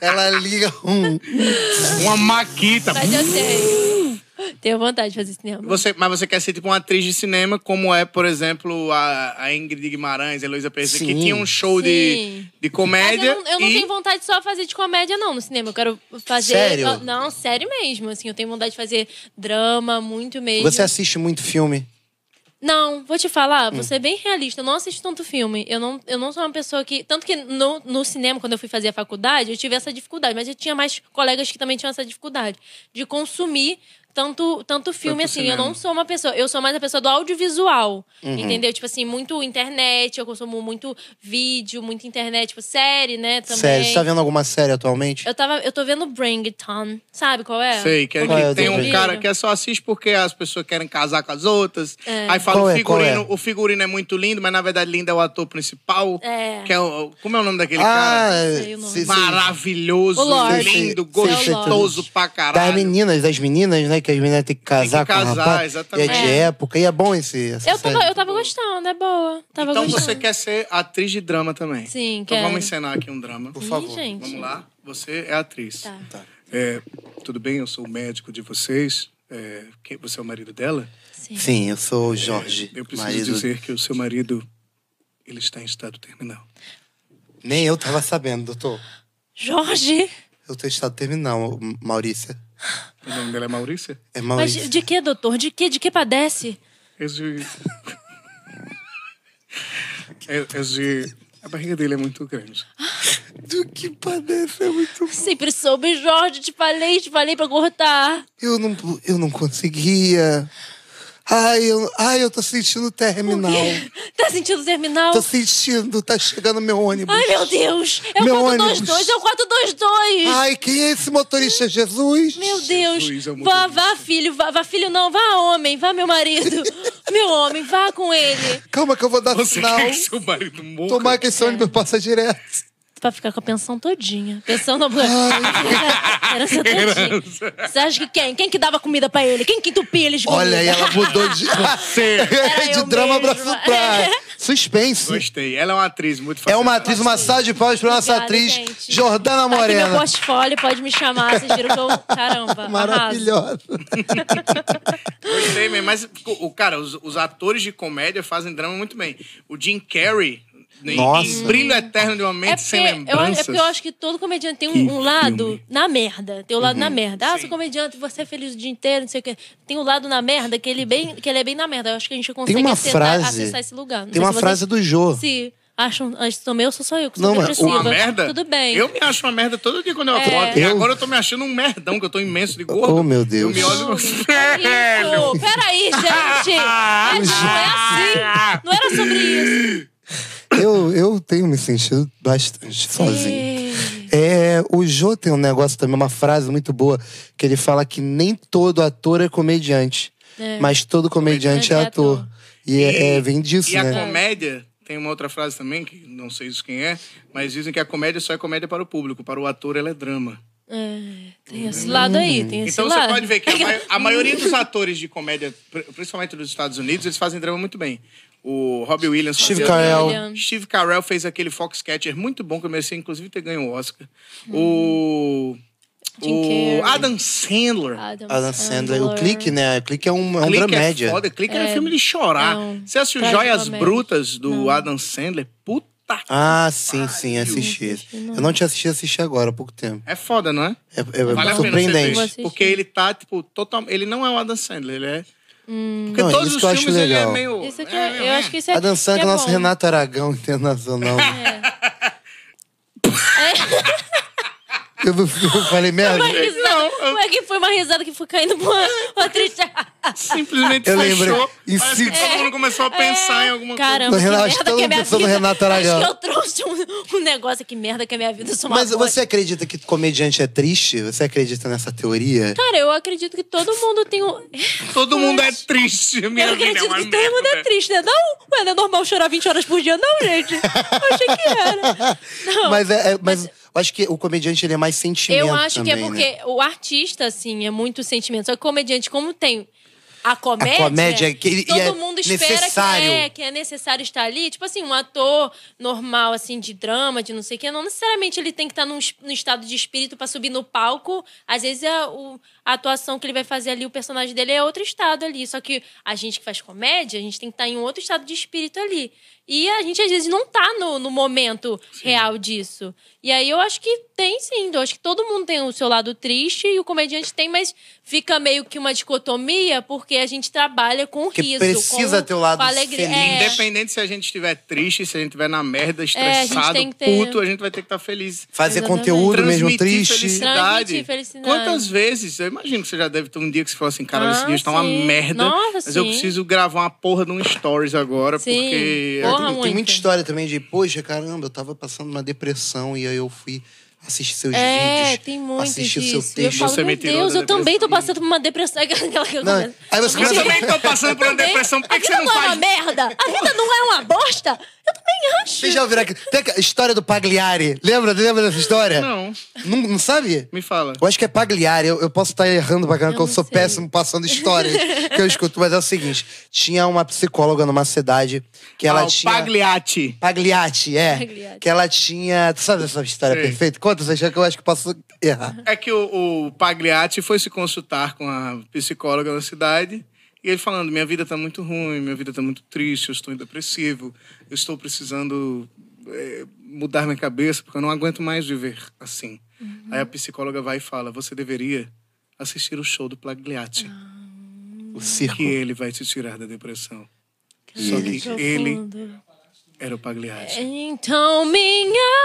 [SPEAKER 2] Ela liga um...
[SPEAKER 1] Uma maquita.
[SPEAKER 3] Mas eu tenho. Tenho vontade de fazer cinema.
[SPEAKER 1] Você, mas você quer ser tipo uma atriz de cinema, como é, por exemplo, a, a Ingrid Guimarães, a Heloísa Pérez, que
[SPEAKER 2] Sim.
[SPEAKER 1] tinha um show
[SPEAKER 3] Sim.
[SPEAKER 1] de, de
[SPEAKER 3] Mas
[SPEAKER 1] comédia.
[SPEAKER 3] eu não, eu não
[SPEAKER 1] e...
[SPEAKER 3] tenho vontade só de fazer de comédia, não, no cinema. Eu quero fazer.
[SPEAKER 2] Sério?
[SPEAKER 3] Não, sério mesmo. Assim, eu tenho vontade de fazer drama, muito mesmo.
[SPEAKER 2] Você assiste muito filme?
[SPEAKER 3] Não, vou te
[SPEAKER 1] Hum.
[SPEAKER 3] falar, vou ser bem realista. Eu não assisto tanto filme. Eu não, eu não sou uma pessoa que. Tanto que no, no cinema, quando eu fui fazer a faculdade, eu tive essa dificuldade. Mas eu tinha mais colegas que também tinham essa dificuldade de consumir tanto, tanto filme assim. Eu não sou uma pessoa. Eu sou mais a pessoa do audiovisual.
[SPEAKER 1] Uhum.
[SPEAKER 3] Entendeu? Tipo assim, muito internet. Eu consumo muito vídeo, muito internet, tipo série, né? Também.
[SPEAKER 2] Sério, você tá vendo alguma série atualmente?
[SPEAKER 3] Eu, tava, eu tô vendo Brington. Sabe qual é?
[SPEAKER 1] Sei, que,
[SPEAKER 2] Qual
[SPEAKER 1] que
[SPEAKER 2] é,
[SPEAKER 1] tem um
[SPEAKER 2] Dudu?
[SPEAKER 1] cara que é só assiste porque as pessoas querem casar com as outras. Aí fala
[SPEAKER 2] Qual
[SPEAKER 1] o
[SPEAKER 2] é, qual
[SPEAKER 1] figurino.
[SPEAKER 2] é?
[SPEAKER 1] O figurino é muito lindo, mas na verdade lindo é o ator principal.
[SPEAKER 3] É.
[SPEAKER 1] Que é o, como é o nome daquele
[SPEAKER 2] ah,
[SPEAKER 1] cara?
[SPEAKER 3] sei o nome.
[SPEAKER 2] se- se-
[SPEAKER 1] Maravilhoso,
[SPEAKER 3] O Lorde.
[SPEAKER 1] lindo,
[SPEAKER 2] Sei, sei, sei,
[SPEAKER 1] gostoso
[SPEAKER 2] sei.
[SPEAKER 1] pra
[SPEAKER 2] das
[SPEAKER 1] caralho.
[SPEAKER 2] meninas, das meninas, né? Que as meninas têm que casar, com o
[SPEAKER 1] casar,
[SPEAKER 2] rapaz.
[SPEAKER 1] exatamente.
[SPEAKER 2] E é de
[SPEAKER 3] É.
[SPEAKER 2] época. E é bom esse. Essa
[SPEAKER 3] Eu tava,
[SPEAKER 2] série.
[SPEAKER 3] eu tava gostando, é boa. Tava
[SPEAKER 1] Então
[SPEAKER 3] gostando.
[SPEAKER 1] você quer ser atriz de drama também.
[SPEAKER 3] Sim,
[SPEAKER 1] Então
[SPEAKER 3] quero.
[SPEAKER 1] vamos encenar aqui um drama.
[SPEAKER 2] Por favor.
[SPEAKER 3] Ih, gente.
[SPEAKER 1] Vamos lá, você é atriz.
[SPEAKER 3] Tá.
[SPEAKER 1] É, tudo bem, eu sou o médico de vocês. É, quem- você é o marido dela?
[SPEAKER 2] Sim, eu sou o Jorge.
[SPEAKER 1] Eu preciso
[SPEAKER 2] marido-
[SPEAKER 1] dizer que o seu marido ele está em estado terminal.
[SPEAKER 2] Nem eu tava sabendo, doutor.
[SPEAKER 3] Jorge!
[SPEAKER 2] Eu tô em estado terminal, Maurícia.
[SPEAKER 1] O nome dela é Maurícia?
[SPEAKER 2] É
[SPEAKER 3] Mas
[SPEAKER 2] Maurícia.
[SPEAKER 3] de, de que, doutor? De que, de que padece?
[SPEAKER 1] Esse... É- esse- A barriga dele é muito grande.
[SPEAKER 2] Do que parece, é muito
[SPEAKER 3] Sempre soube, Jorge. Te falei, te falei pra cortar.
[SPEAKER 2] Eu não, eu não conseguia. Ai eu, ai, eu tô sentindo terminal.
[SPEAKER 3] Tá sentindo terminal?
[SPEAKER 2] Tô sentindo, tá chegando meu ônibus.
[SPEAKER 3] Ai, meu Deus! É o
[SPEAKER 2] Meu
[SPEAKER 3] 422,
[SPEAKER 2] ônibus.
[SPEAKER 3] é o 422!
[SPEAKER 2] Ai, quem é esse motorista? Jesus?
[SPEAKER 3] Meu Deus!
[SPEAKER 1] Jesus, é o
[SPEAKER 3] vá,
[SPEAKER 1] motorista.
[SPEAKER 3] vá, filho, vá, vá, filho, não, vá, homem, vá, meu marido. meu homem, vá com ele.
[SPEAKER 2] Calma que eu vou dar
[SPEAKER 1] Você
[SPEAKER 2] sinal.
[SPEAKER 1] quer que seu marido morra?
[SPEAKER 2] Tomar que esse ônibus passa direto.
[SPEAKER 3] Pra ficar com a pensão todinha. Pensão na Herança todinha. Você acha que quem? Quem que dava comida pra ele? Quem que entupia eles? de
[SPEAKER 2] Olha,
[SPEAKER 3] comida?
[SPEAKER 2] aí ela mudou de, É
[SPEAKER 3] Era eu
[SPEAKER 2] de drama pra,
[SPEAKER 3] mesma.
[SPEAKER 2] pra suspense.
[SPEAKER 1] Gostei. Ela é uma atriz muito
[SPEAKER 2] É
[SPEAKER 1] fácil.
[SPEAKER 2] uma atriz, uma salva de palmas pra nossa
[SPEAKER 3] Obrigada,
[SPEAKER 2] atriz
[SPEAKER 3] gente.
[SPEAKER 2] Jordana
[SPEAKER 3] Tá aqui meu
[SPEAKER 2] Morena.
[SPEAKER 3] portfólio, pode me chamar. Vocês viram que eu. Caramba. Maravilhoso.
[SPEAKER 2] Maravilhosa.
[SPEAKER 1] Gostei mesmo. Mas, o, o- cara, os, os atores de comédia fazem drama muito bem. O Jim Carrey, em-
[SPEAKER 2] Nossa.
[SPEAKER 1] em Brilho Eterno de uma
[SPEAKER 3] É
[SPEAKER 1] Mente
[SPEAKER 3] porque,
[SPEAKER 1] Sem
[SPEAKER 3] eu, acho- é
[SPEAKER 1] Lembranças.
[SPEAKER 3] porque eu acho que todo comediante tem um, um lado na merda. Tem o lado
[SPEAKER 2] Uhum.
[SPEAKER 3] na merda. Ah, sou comediante, você é feliz o dia inteiro, não sei o quê. Tem o lado na merda que ele, bem, que ele é bem na merda. Eu acho que a gente
[SPEAKER 2] Tem
[SPEAKER 3] consegue
[SPEAKER 2] uma
[SPEAKER 3] acertar-
[SPEAKER 2] frase.
[SPEAKER 3] acessar esse lugar.
[SPEAKER 2] Tem
[SPEAKER 3] Não sei
[SPEAKER 2] uma
[SPEAKER 3] se vocês
[SPEAKER 2] frase do Jô.
[SPEAKER 3] Se acham, antes também eu sou só eu que sou
[SPEAKER 2] Não, mas
[SPEAKER 3] depressiva.
[SPEAKER 1] uma merda?
[SPEAKER 3] Tudo bem. É.
[SPEAKER 1] Eu me acho uma merda todo dia quando eu acordo. E
[SPEAKER 2] Eu-
[SPEAKER 1] agora eu tô me achando um merdão, que eu tô imenso de gordo.
[SPEAKER 2] Oh, meu Deus.
[SPEAKER 1] Eu me olho no
[SPEAKER 3] Não, não é isso. Peraí, gente. É, não é assim. Não era sobre isso.
[SPEAKER 2] Eu, eu tenho me sentido bastante sozinho.
[SPEAKER 3] Ei.
[SPEAKER 2] É, o Jô tem um negócio também, uma frase muito boa, que ele fala que nem todo ator é comediante, mas todo comediante é ator. E é, é, vem disso,
[SPEAKER 1] E a
[SPEAKER 2] né?
[SPEAKER 1] comédia, tem uma outra frase também, que não sei isso quem é, mas dizem que a comédia só é comédia para o público, para o ator ela é drama.
[SPEAKER 3] É, tem esse lado aí, tem esse
[SPEAKER 1] Hum. Então
[SPEAKER 3] É lado.
[SPEAKER 1] você pode ver que a, mai- a maioria dos atores de comédia, pr- principalmente dos Estados Unidos, eles fazem drama muito bem. O Robbie Williams fazia
[SPEAKER 2] Steve Carell.
[SPEAKER 3] William.
[SPEAKER 1] Steve Carell fez aquele Foxcatcher muito bom, que eu merecia inclusive ter ganho o Oscar. O...
[SPEAKER 3] Hum. Jim
[SPEAKER 1] O
[SPEAKER 3] Carrey. Ah.
[SPEAKER 1] Adam Sandler.
[SPEAKER 3] Adam,
[SPEAKER 2] Ah, Adam Sandler, o clique, né? O clique é um, é um
[SPEAKER 1] Clique
[SPEAKER 2] dramédia.
[SPEAKER 1] é foda. Clique é, filme de chorar.
[SPEAKER 3] não.
[SPEAKER 1] Você assistiu
[SPEAKER 3] Trágico
[SPEAKER 1] Joias
[SPEAKER 3] comédia.
[SPEAKER 1] Brutas do Adam Sandler? Puta que
[SPEAKER 2] ah, sim, sim,
[SPEAKER 1] pariu.
[SPEAKER 2] assisti. Eu não te assisti, assisti agora, há pouco tempo.
[SPEAKER 1] É foda, não é?
[SPEAKER 2] É, é
[SPEAKER 1] Vale a pena você
[SPEAKER 2] surpreendente.
[SPEAKER 3] Vou assistir.
[SPEAKER 1] ver. Porque ele tá, tipo, totalmente... Ele não é o Adam Sandler, ele é... Porque
[SPEAKER 2] Não,
[SPEAKER 1] todos
[SPEAKER 2] isso
[SPEAKER 1] os
[SPEAKER 2] que eu acho
[SPEAKER 1] filmes ele é
[SPEAKER 2] legal.
[SPEAKER 1] meio...
[SPEAKER 3] Isso aqui,
[SPEAKER 1] é,
[SPEAKER 3] eu acho que isso é.
[SPEAKER 2] A dançando
[SPEAKER 3] que
[SPEAKER 2] com o
[SPEAKER 3] é
[SPEAKER 2] nosso
[SPEAKER 3] bom.
[SPEAKER 2] Renato É. Aragão Internacional. eu, não- eu falei merda.
[SPEAKER 3] É, Uma risada.
[SPEAKER 1] Não, eu-
[SPEAKER 3] Como é que foi uma risada que foi caindo pra uma outra
[SPEAKER 1] Simplesmente
[SPEAKER 2] Eu
[SPEAKER 1] fechou.
[SPEAKER 2] lembrei. E
[SPEAKER 1] Parece
[SPEAKER 2] se-
[SPEAKER 1] que todo mundo começou
[SPEAKER 3] É.
[SPEAKER 1] a pensar em alguma coisa.
[SPEAKER 3] Caramba,
[SPEAKER 2] Do Renato-
[SPEAKER 3] que merda
[SPEAKER 2] todo
[SPEAKER 3] que é
[SPEAKER 2] mundo
[SPEAKER 3] minha
[SPEAKER 2] pensando no
[SPEAKER 3] vida.
[SPEAKER 2] Renato Aragão.
[SPEAKER 3] Acho que eu trouxe um, um negócio, que merda que é minha vida. Eu sou uma
[SPEAKER 2] Mas
[SPEAKER 3] bosta.
[SPEAKER 2] você acredita que comediante é triste? Você acredita nessa teoria?
[SPEAKER 3] Cara, eu acredito que todo mundo tem um...
[SPEAKER 1] Todo mundo é triste. Minha
[SPEAKER 3] Eu
[SPEAKER 1] vida é
[SPEAKER 3] acredito
[SPEAKER 1] uma
[SPEAKER 3] que todo mundo é
[SPEAKER 1] merda.
[SPEAKER 3] triste, né? Não, ué, não é normal chorar 20 horas por dia, não, gente. Eu achei que era. Não.
[SPEAKER 2] Mas, é, é- mas eu acho que o comediante ele é mais sentimento.
[SPEAKER 3] Eu acho que é
[SPEAKER 2] também,
[SPEAKER 3] porque
[SPEAKER 2] né?
[SPEAKER 3] o artista, assim, é muito sentimento. Só que o comediante, como tem a comédia,
[SPEAKER 2] A comédia, que- e
[SPEAKER 3] todo
[SPEAKER 2] é
[SPEAKER 3] mundo espera
[SPEAKER 2] necessário.
[SPEAKER 3] que é, que é necessário estar ali. Tipo assim, um ator normal, assim, de drama, de não sei o quê, não necessariamente ele tem que estar num, es- num estado de espírito pra subir no palco. Às vezes a, o- a atuação que ele vai fazer ali, o personagem dele é outro estado ali. Só que a gente que faz comédia, a gente tem que estar em um outro estado de espírito ali. E a gente, às vezes, não tá no, no momento real disso. E aí eu acho que tem sim, eu acho que todo mundo tem o seu lado triste e o comediante tem, mas fica meio que uma dicotomia, porque a gente trabalha com o
[SPEAKER 2] Porque
[SPEAKER 3] riso.
[SPEAKER 2] precisa
[SPEAKER 3] com,
[SPEAKER 2] ter o lado
[SPEAKER 3] com a alegria.
[SPEAKER 2] feliz.
[SPEAKER 3] É.
[SPEAKER 1] Independente se a gente estiver triste, se a gente estiver na merda,
[SPEAKER 3] a gente
[SPEAKER 1] estressado,
[SPEAKER 3] tem que ter-
[SPEAKER 1] puto, a gente vai ter que estar feliz.
[SPEAKER 2] Fazer
[SPEAKER 3] Exatamente.
[SPEAKER 2] conteúdo mesmo
[SPEAKER 1] Transmitir
[SPEAKER 2] triste.
[SPEAKER 1] Felicidade.
[SPEAKER 3] Transmitir felicidade.
[SPEAKER 1] Quantas vezes, eu imagino que você já deve ter um dia que você falou assim, cara,
[SPEAKER 3] Ah,
[SPEAKER 1] esse dia está uma
[SPEAKER 3] sim.
[SPEAKER 1] merda,
[SPEAKER 3] Nossa,
[SPEAKER 1] mas eu
[SPEAKER 3] sim.
[SPEAKER 1] preciso gravar uma porra de um stories agora,
[SPEAKER 3] Sim.
[SPEAKER 1] porque...
[SPEAKER 2] Tem-
[SPEAKER 3] Porra,
[SPEAKER 2] Tem
[SPEAKER 3] muito.
[SPEAKER 2] muita história também de, poxa, caramba, eu tava passando uma depressão e aí eu fui assistir seus
[SPEAKER 3] É,
[SPEAKER 2] vídeos.
[SPEAKER 3] tem muito
[SPEAKER 2] assistir
[SPEAKER 3] disso.
[SPEAKER 2] seu
[SPEAKER 3] eu
[SPEAKER 2] texto.
[SPEAKER 3] falo,
[SPEAKER 1] Você é né? me
[SPEAKER 3] meu
[SPEAKER 1] tirou
[SPEAKER 3] Deus,
[SPEAKER 1] da
[SPEAKER 3] eu também tô
[SPEAKER 1] depressão.
[SPEAKER 3] passando por uma depressão. Aquela que eu
[SPEAKER 2] Não,
[SPEAKER 3] começo.
[SPEAKER 2] aí você assim,
[SPEAKER 1] Eu
[SPEAKER 2] começa-
[SPEAKER 1] também tô passando por uma
[SPEAKER 3] Também.
[SPEAKER 1] depressão, por que,
[SPEAKER 3] A
[SPEAKER 1] que você
[SPEAKER 3] vida
[SPEAKER 1] não
[SPEAKER 3] não é uma
[SPEAKER 1] faz?
[SPEAKER 3] merda? A vida não é uma bosta? Eu também acho.
[SPEAKER 2] Vocês já ouviram aqui? Tem a história do Pagliari. Lembra, lembra dessa história?
[SPEAKER 1] Não.
[SPEAKER 2] Não, não sabe?
[SPEAKER 1] Me fala.
[SPEAKER 2] Eu acho que é Pagliari. Eu, eu posso estar errando pra caramba,
[SPEAKER 3] Eu
[SPEAKER 2] porque eu
[SPEAKER 3] não
[SPEAKER 2] sou
[SPEAKER 3] sei.
[SPEAKER 2] péssimo passando histórias que eu escuto. Mas é o seguinte. Tinha uma psicóloga numa cidade que ela
[SPEAKER 1] Ah, o
[SPEAKER 2] tinha...
[SPEAKER 1] Pagliatti.
[SPEAKER 2] Pagliatti, é.
[SPEAKER 3] Pagliatti.
[SPEAKER 2] Que ela tinha... Tu sabe essa história
[SPEAKER 1] Sei.
[SPEAKER 2] perfeita? Conta essa história que eu acho que posso errar.
[SPEAKER 1] É que o, o Pagliatti foi se consultar com a psicóloga da cidade e ele falando: minha vida tá muito ruim, minha vida tá muito triste, eu estou depressivo, eu estou precisando eh, mudar minha cabeça porque eu não aguento mais viver assim. Aí a psicóloga vai e fala: você deveria assistir o show do Pagliatti,
[SPEAKER 2] O circo.
[SPEAKER 1] que ele vai te tirar da depressão.
[SPEAKER 2] Só que
[SPEAKER 1] ele-
[SPEAKER 3] Profundo.
[SPEAKER 1] Era o Pagliatti.
[SPEAKER 3] Então minha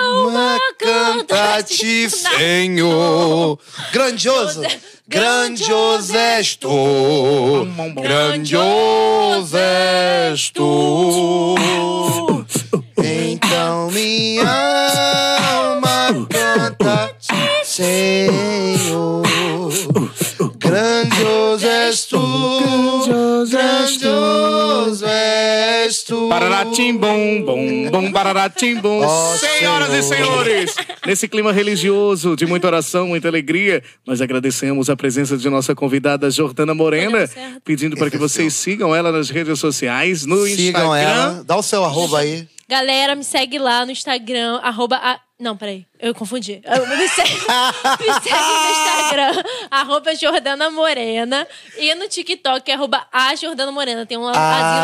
[SPEAKER 3] alma
[SPEAKER 2] Uma canta-te, Senhor. Grandioso. Grandioso és tu. Grandioso és tu. Então minha alma canta, Senhor. Grandioso és tu. Grandioso és tu.
[SPEAKER 1] Pararatim bom, bom, bom, pararatim bom.
[SPEAKER 2] Ó
[SPEAKER 1] Senhoras e senhores,
[SPEAKER 4] Nesse clima religioso, de muita oração, muita alegria, nós agradecemos a presença de nossa convidada Jordana Morena,
[SPEAKER 3] Podemos certo.
[SPEAKER 4] pedindo para que vocês sigam ela nas redes sociais, no
[SPEAKER 2] Sigam
[SPEAKER 4] Instagram.
[SPEAKER 2] ela. Dá o seu arroba aí.
[SPEAKER 3] Galera, me segue lá no Instagram, arroba... a- Não, peraí, eu confundi. Eu- Me segue, me segue no Instagram, arroba Jordana Morena. E no TikTok, arroba a Jordana Morena. Tem um ah,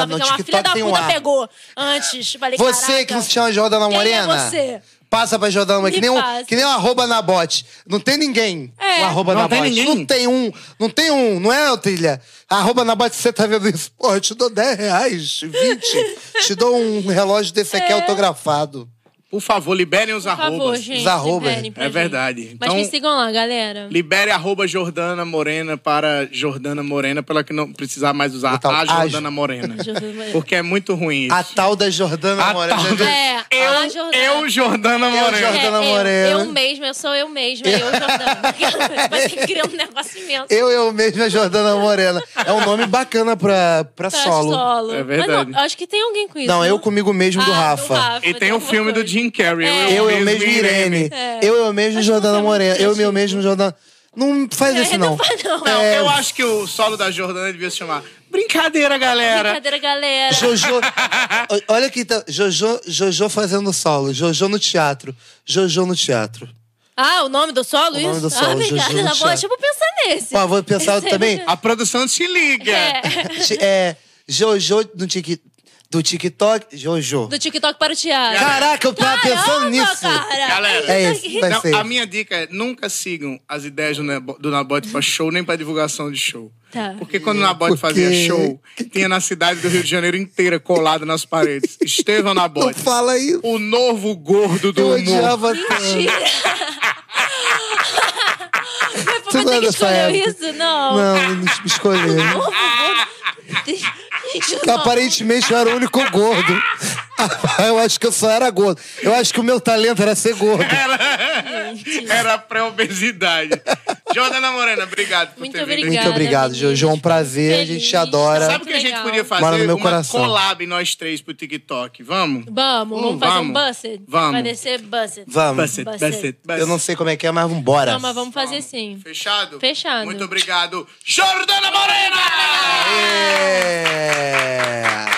[SPEAKER 3] lá,
[SPEAKER 2] no
[SPEAKER 3] porque uma filha
[SPEAKER 2] TikTok
[SPEAKER 3] da
[SPEAKER 2] tem um
[SPEAKER 3] puta
[SPEAKER 2] A.
[SPEAKER 3] pegou antes. Falei,
[SPEAKER 2] Você
[SPEAKER 3] caraca.
[SPEAKER 2] que não se chama Jordana
[SPEAKER 3] Quem é
[SPEAKER 2] Morena?
[SPEAKER 3] você?
[SPEAKER 2] Passa pra Jordana Morena, que
[SPEAKER 3] Me
[SPEAKER 2] nem, um,
[SPEAKER 3] passa.
[SPEAKER 2] que nem um arroba na bot. Não tem ninguém.
[SPEAKER 3] É.
[SPEAKER 2] Um arroba
[SPEAKER 1] Não
[SPEAKER 2] na
[SPEAKER 1] tem
[SPEAKER 2] bot.
[SPEAKER 1] ninguém.
[SPEAKER 2] Não tem um. Não tem um. Não é, trilha? Arroba na bot, você tá vendo isso? Pô, eu te dou 10 reais, 20. te dou um relógio desse
[SPEAKER 3] É.
[SPEAKER 2] aqui
[SPEAKER 1] por
[SPEAKER 2] autografado.
[SPEAKER 1] favor, liberem os
[SPEAKER 3] Por favor,
[SPEAKER 1] arrobas.
[SPEAKER 3] gente,
[SPEAKER 2] Os arrobas.
[SPEAKER 3] liberem pra
[SPEAKER 1] É
[SPEAKER 3] gente.
[SPEAKER 1] verdade.
[SPEAKER 3] Mas
[SPEAKER 1] Então-
[SPEAKER 3] me sigam lá, galera.
[SPEAKER 1] Libere arroba Jordana Morena para Jordana Morena, para ela que não precisar mais usar
[SPEAKER 2] Botar o
[SPEAKER 1] a
[SPEAKER 2] ágil.
[SPEAKER 1] Jordana Morena.
[SPEAKER 3] Jordana Morena.
[SPEAKER 1] Porque é muito ruim isso.
[SPEAKER 2] A tal da Jordana
[SPEAKER 1] A
[SPEAKER 2] Morena.
[SPEAKER 1] tal da-
[SPEAKER 3] É, a
[SPEAKER 1] Eu,
[SPEAKER 3] Jordana.
[SPEAKER 1] eu, Jordana
[SPEAKER 3] É,
[SPEAKER 1] Morena.
[SPEAKER 2] Jordana
[SPEAKER 3] eu-
[SPEAKER 2] Morena.
[SPEAKER 3] Eu, mesma, eu sou eu mesma, eu Jordana. Vai ter que criar um negócio imenso.
[SPEAKER 2] Eu, eu mesma, Jordana Morena. É um nome bacana pra, pra,
[SPEAKER 3] Pra
[SPEAKER 2] solo.
[SPEAKER 1] É
[SPEAKER 3] Mas
[SPEAKER 1] verdade.
[SPEAKER 3] não, acho que tem alguém com isso.
[SPEAKER 2] Não,
[SPEAKER 3] né?
[SPEAKER 2] eu comigo mesmo um do
[SPEAKER 3] Ah, tá
[SPEAKER 2] Rafa.
[SPEAKER 1] E tem o
[SPEAKER 3] alguma
[SPEAKER 1] filme do
[SPEAKER 3] coisa.
[SPEAKER 1] Jim Carrey.
[SPEAKER 3] É.
[SPEAKER 2] Eu, eu
[SPEAKER 1] mesmo
[SPEAKER 2] mesmo,
[SPEAKER 1] e
[SPEAKER 2] Irene. Eu, eu mesmo,
[SPEAKER 3] Acho que
[SPEAKER 2] Jordana
[SPEAKER 3] É. não foi muito
[SPEAKER 2] Morena. Eu, meu
[SPEAKER 3] criativo.
[SPEAKER 2] mesmo, Jordana. Não faz isso, não.
[SPEAKER 3] é Não faz, não.
[SPEAKER 1] Não,
[SPEAKER 2] É.
[SPEAKER 1] eu acho que o solo da Jordana devia se chamar Brincadeira, galera.
[SPEAKER 3] Brincadeira, galera.
[SPEAKER 2] Jojo. O- Olha que tá. Jojo, Jojo fazendo solo. Jojo no teatro. Jojo no teatro.
[SPEAKER 3] Ah, o nome do solo,
[SPEAKER 2] O
[SPEAKER 3] isso?
[SPEAKER 2] nome do solo,
[SPEAKER 3] ah, obrigada,
[SPEAKER 2] Jojo
[SPEAKER 3] tá bom.
[SPEAKER 2] Luciano.
[SPEAKER 3] Deixa eu pensar nesse.
[SPEAKER 2] Pô, vou pensar
[SPEAKER 3] Esse é
[SPEAKER 2] também.
[SPEAKER 3] muito-
[SPEAKER 1] A produção se liga.
[SPEAKER 3] É.
[SPEAKER 2] Ti- É. Jojo no tic, do TikTok. Jojo.
[SPEAKER 3] Do TikTok para o teatro.
[SPEAKER 2] Caraca, eu tava pensando
[SPEAKER 3] Caramba,
[SPEAKER 2] nisso.
[SPEAKER 3] Cara.
[SPEAKER 1] Galera.
[SPEAKER 2] É isso, vai
[SPEAKER 1] Não,
[SPEAKER 2] ser.
[SPEAKER 1] a minha dica é nunca sigam as ideias do, Nebo- do Nabote pra show nem pra divulgação de show.
[SPEAKER 3] Tá.
[SPEAKER 1] Porque quando o Nabote
[SPEAKER 2] Porque-
[SPEAKER 1] fazia show, tinha na cidade do Rio de Janeiro inteira colado nas paredes. Estevão
[SPEAKER 2] Não
[SPEAKER 1] Nabote.
[SPEAKER 2] fala isso.
[SPEAKER 1] O novo gordo do
[SPEAKER 2] Eu
[SPEAKER 1] humor.
[SPEAKER 2] odiava tanto.
[SPEAKER 3] Mentira. você
[SPEAKER 2] é
[SPEAKER 3] que
[SPEAKER 2] dessa
[SPEAKER 3] escolheu
[SPEAKER 2] época.
[SPEAKER 3] isso? Não.
[SPEAKER 2] Não, não es- escolhi.
[SPEAKER 3] Por favor. Gente,
[SPEAKER 2] Que
[SPEAKER 3] não.
[SPEAKER 2] Aparentemente eu era o único gordo. Eu acho que eu só era gordo. Eu acho que o meu talento era ser gordo.
[SPEAKER 1] Era pré-obesidade. Jordana Morena, obrigado por
[SPEAKER 3] Muito
[SPEAKER 1] ter vindo.
[SPEAKER 3] obrigada.
[SPEAKER 2] Muito obrigado,
[SPEAKER 3] menino.
[SPEAKER 2] Jojo. É um prazer. A
[SPEAKER 3] Feliz.
[SPEAKER 2] gente te adora.
[SPEAKER 1] Sabe o que a gente
[SPEAKER 3] Legal.
[SPEAKER 1] podia fazer?
[SPEAKER 2] Mora no meu
[SPEAKER 1] Uma
[SPEAKER 2] coração.
[SPEAKER 1] collab nós três pro TikTok. Vamos?
[SPEAKER 3] Vamos,
[SPEAKER 1] Hum,
[SPEAKER 3] vamos fazer um
[SPEAKER 1] vamos.
[SPEAKER 3] busted.
[SPEAKER 1] Vamos.
[SPEAKER 3] Vai descer busted.
[SPEAKER 2] Vamos.
[SPEAKER 1] Basset,
[SPEAKER 3] Basset.
[SPEAKER 1] basset, basset.
[SPEAKER 2] Eu não sei como é que é, mas vambora.
[SPEAKER 3] Não, mas vamos fazer sim.
[SPEAKER 1] Fechado?
[SPEAKER 3] Fechado.
[SPEAKER 1] Muito obrigado, Jordana Morena!
[SPEAKER 2] É.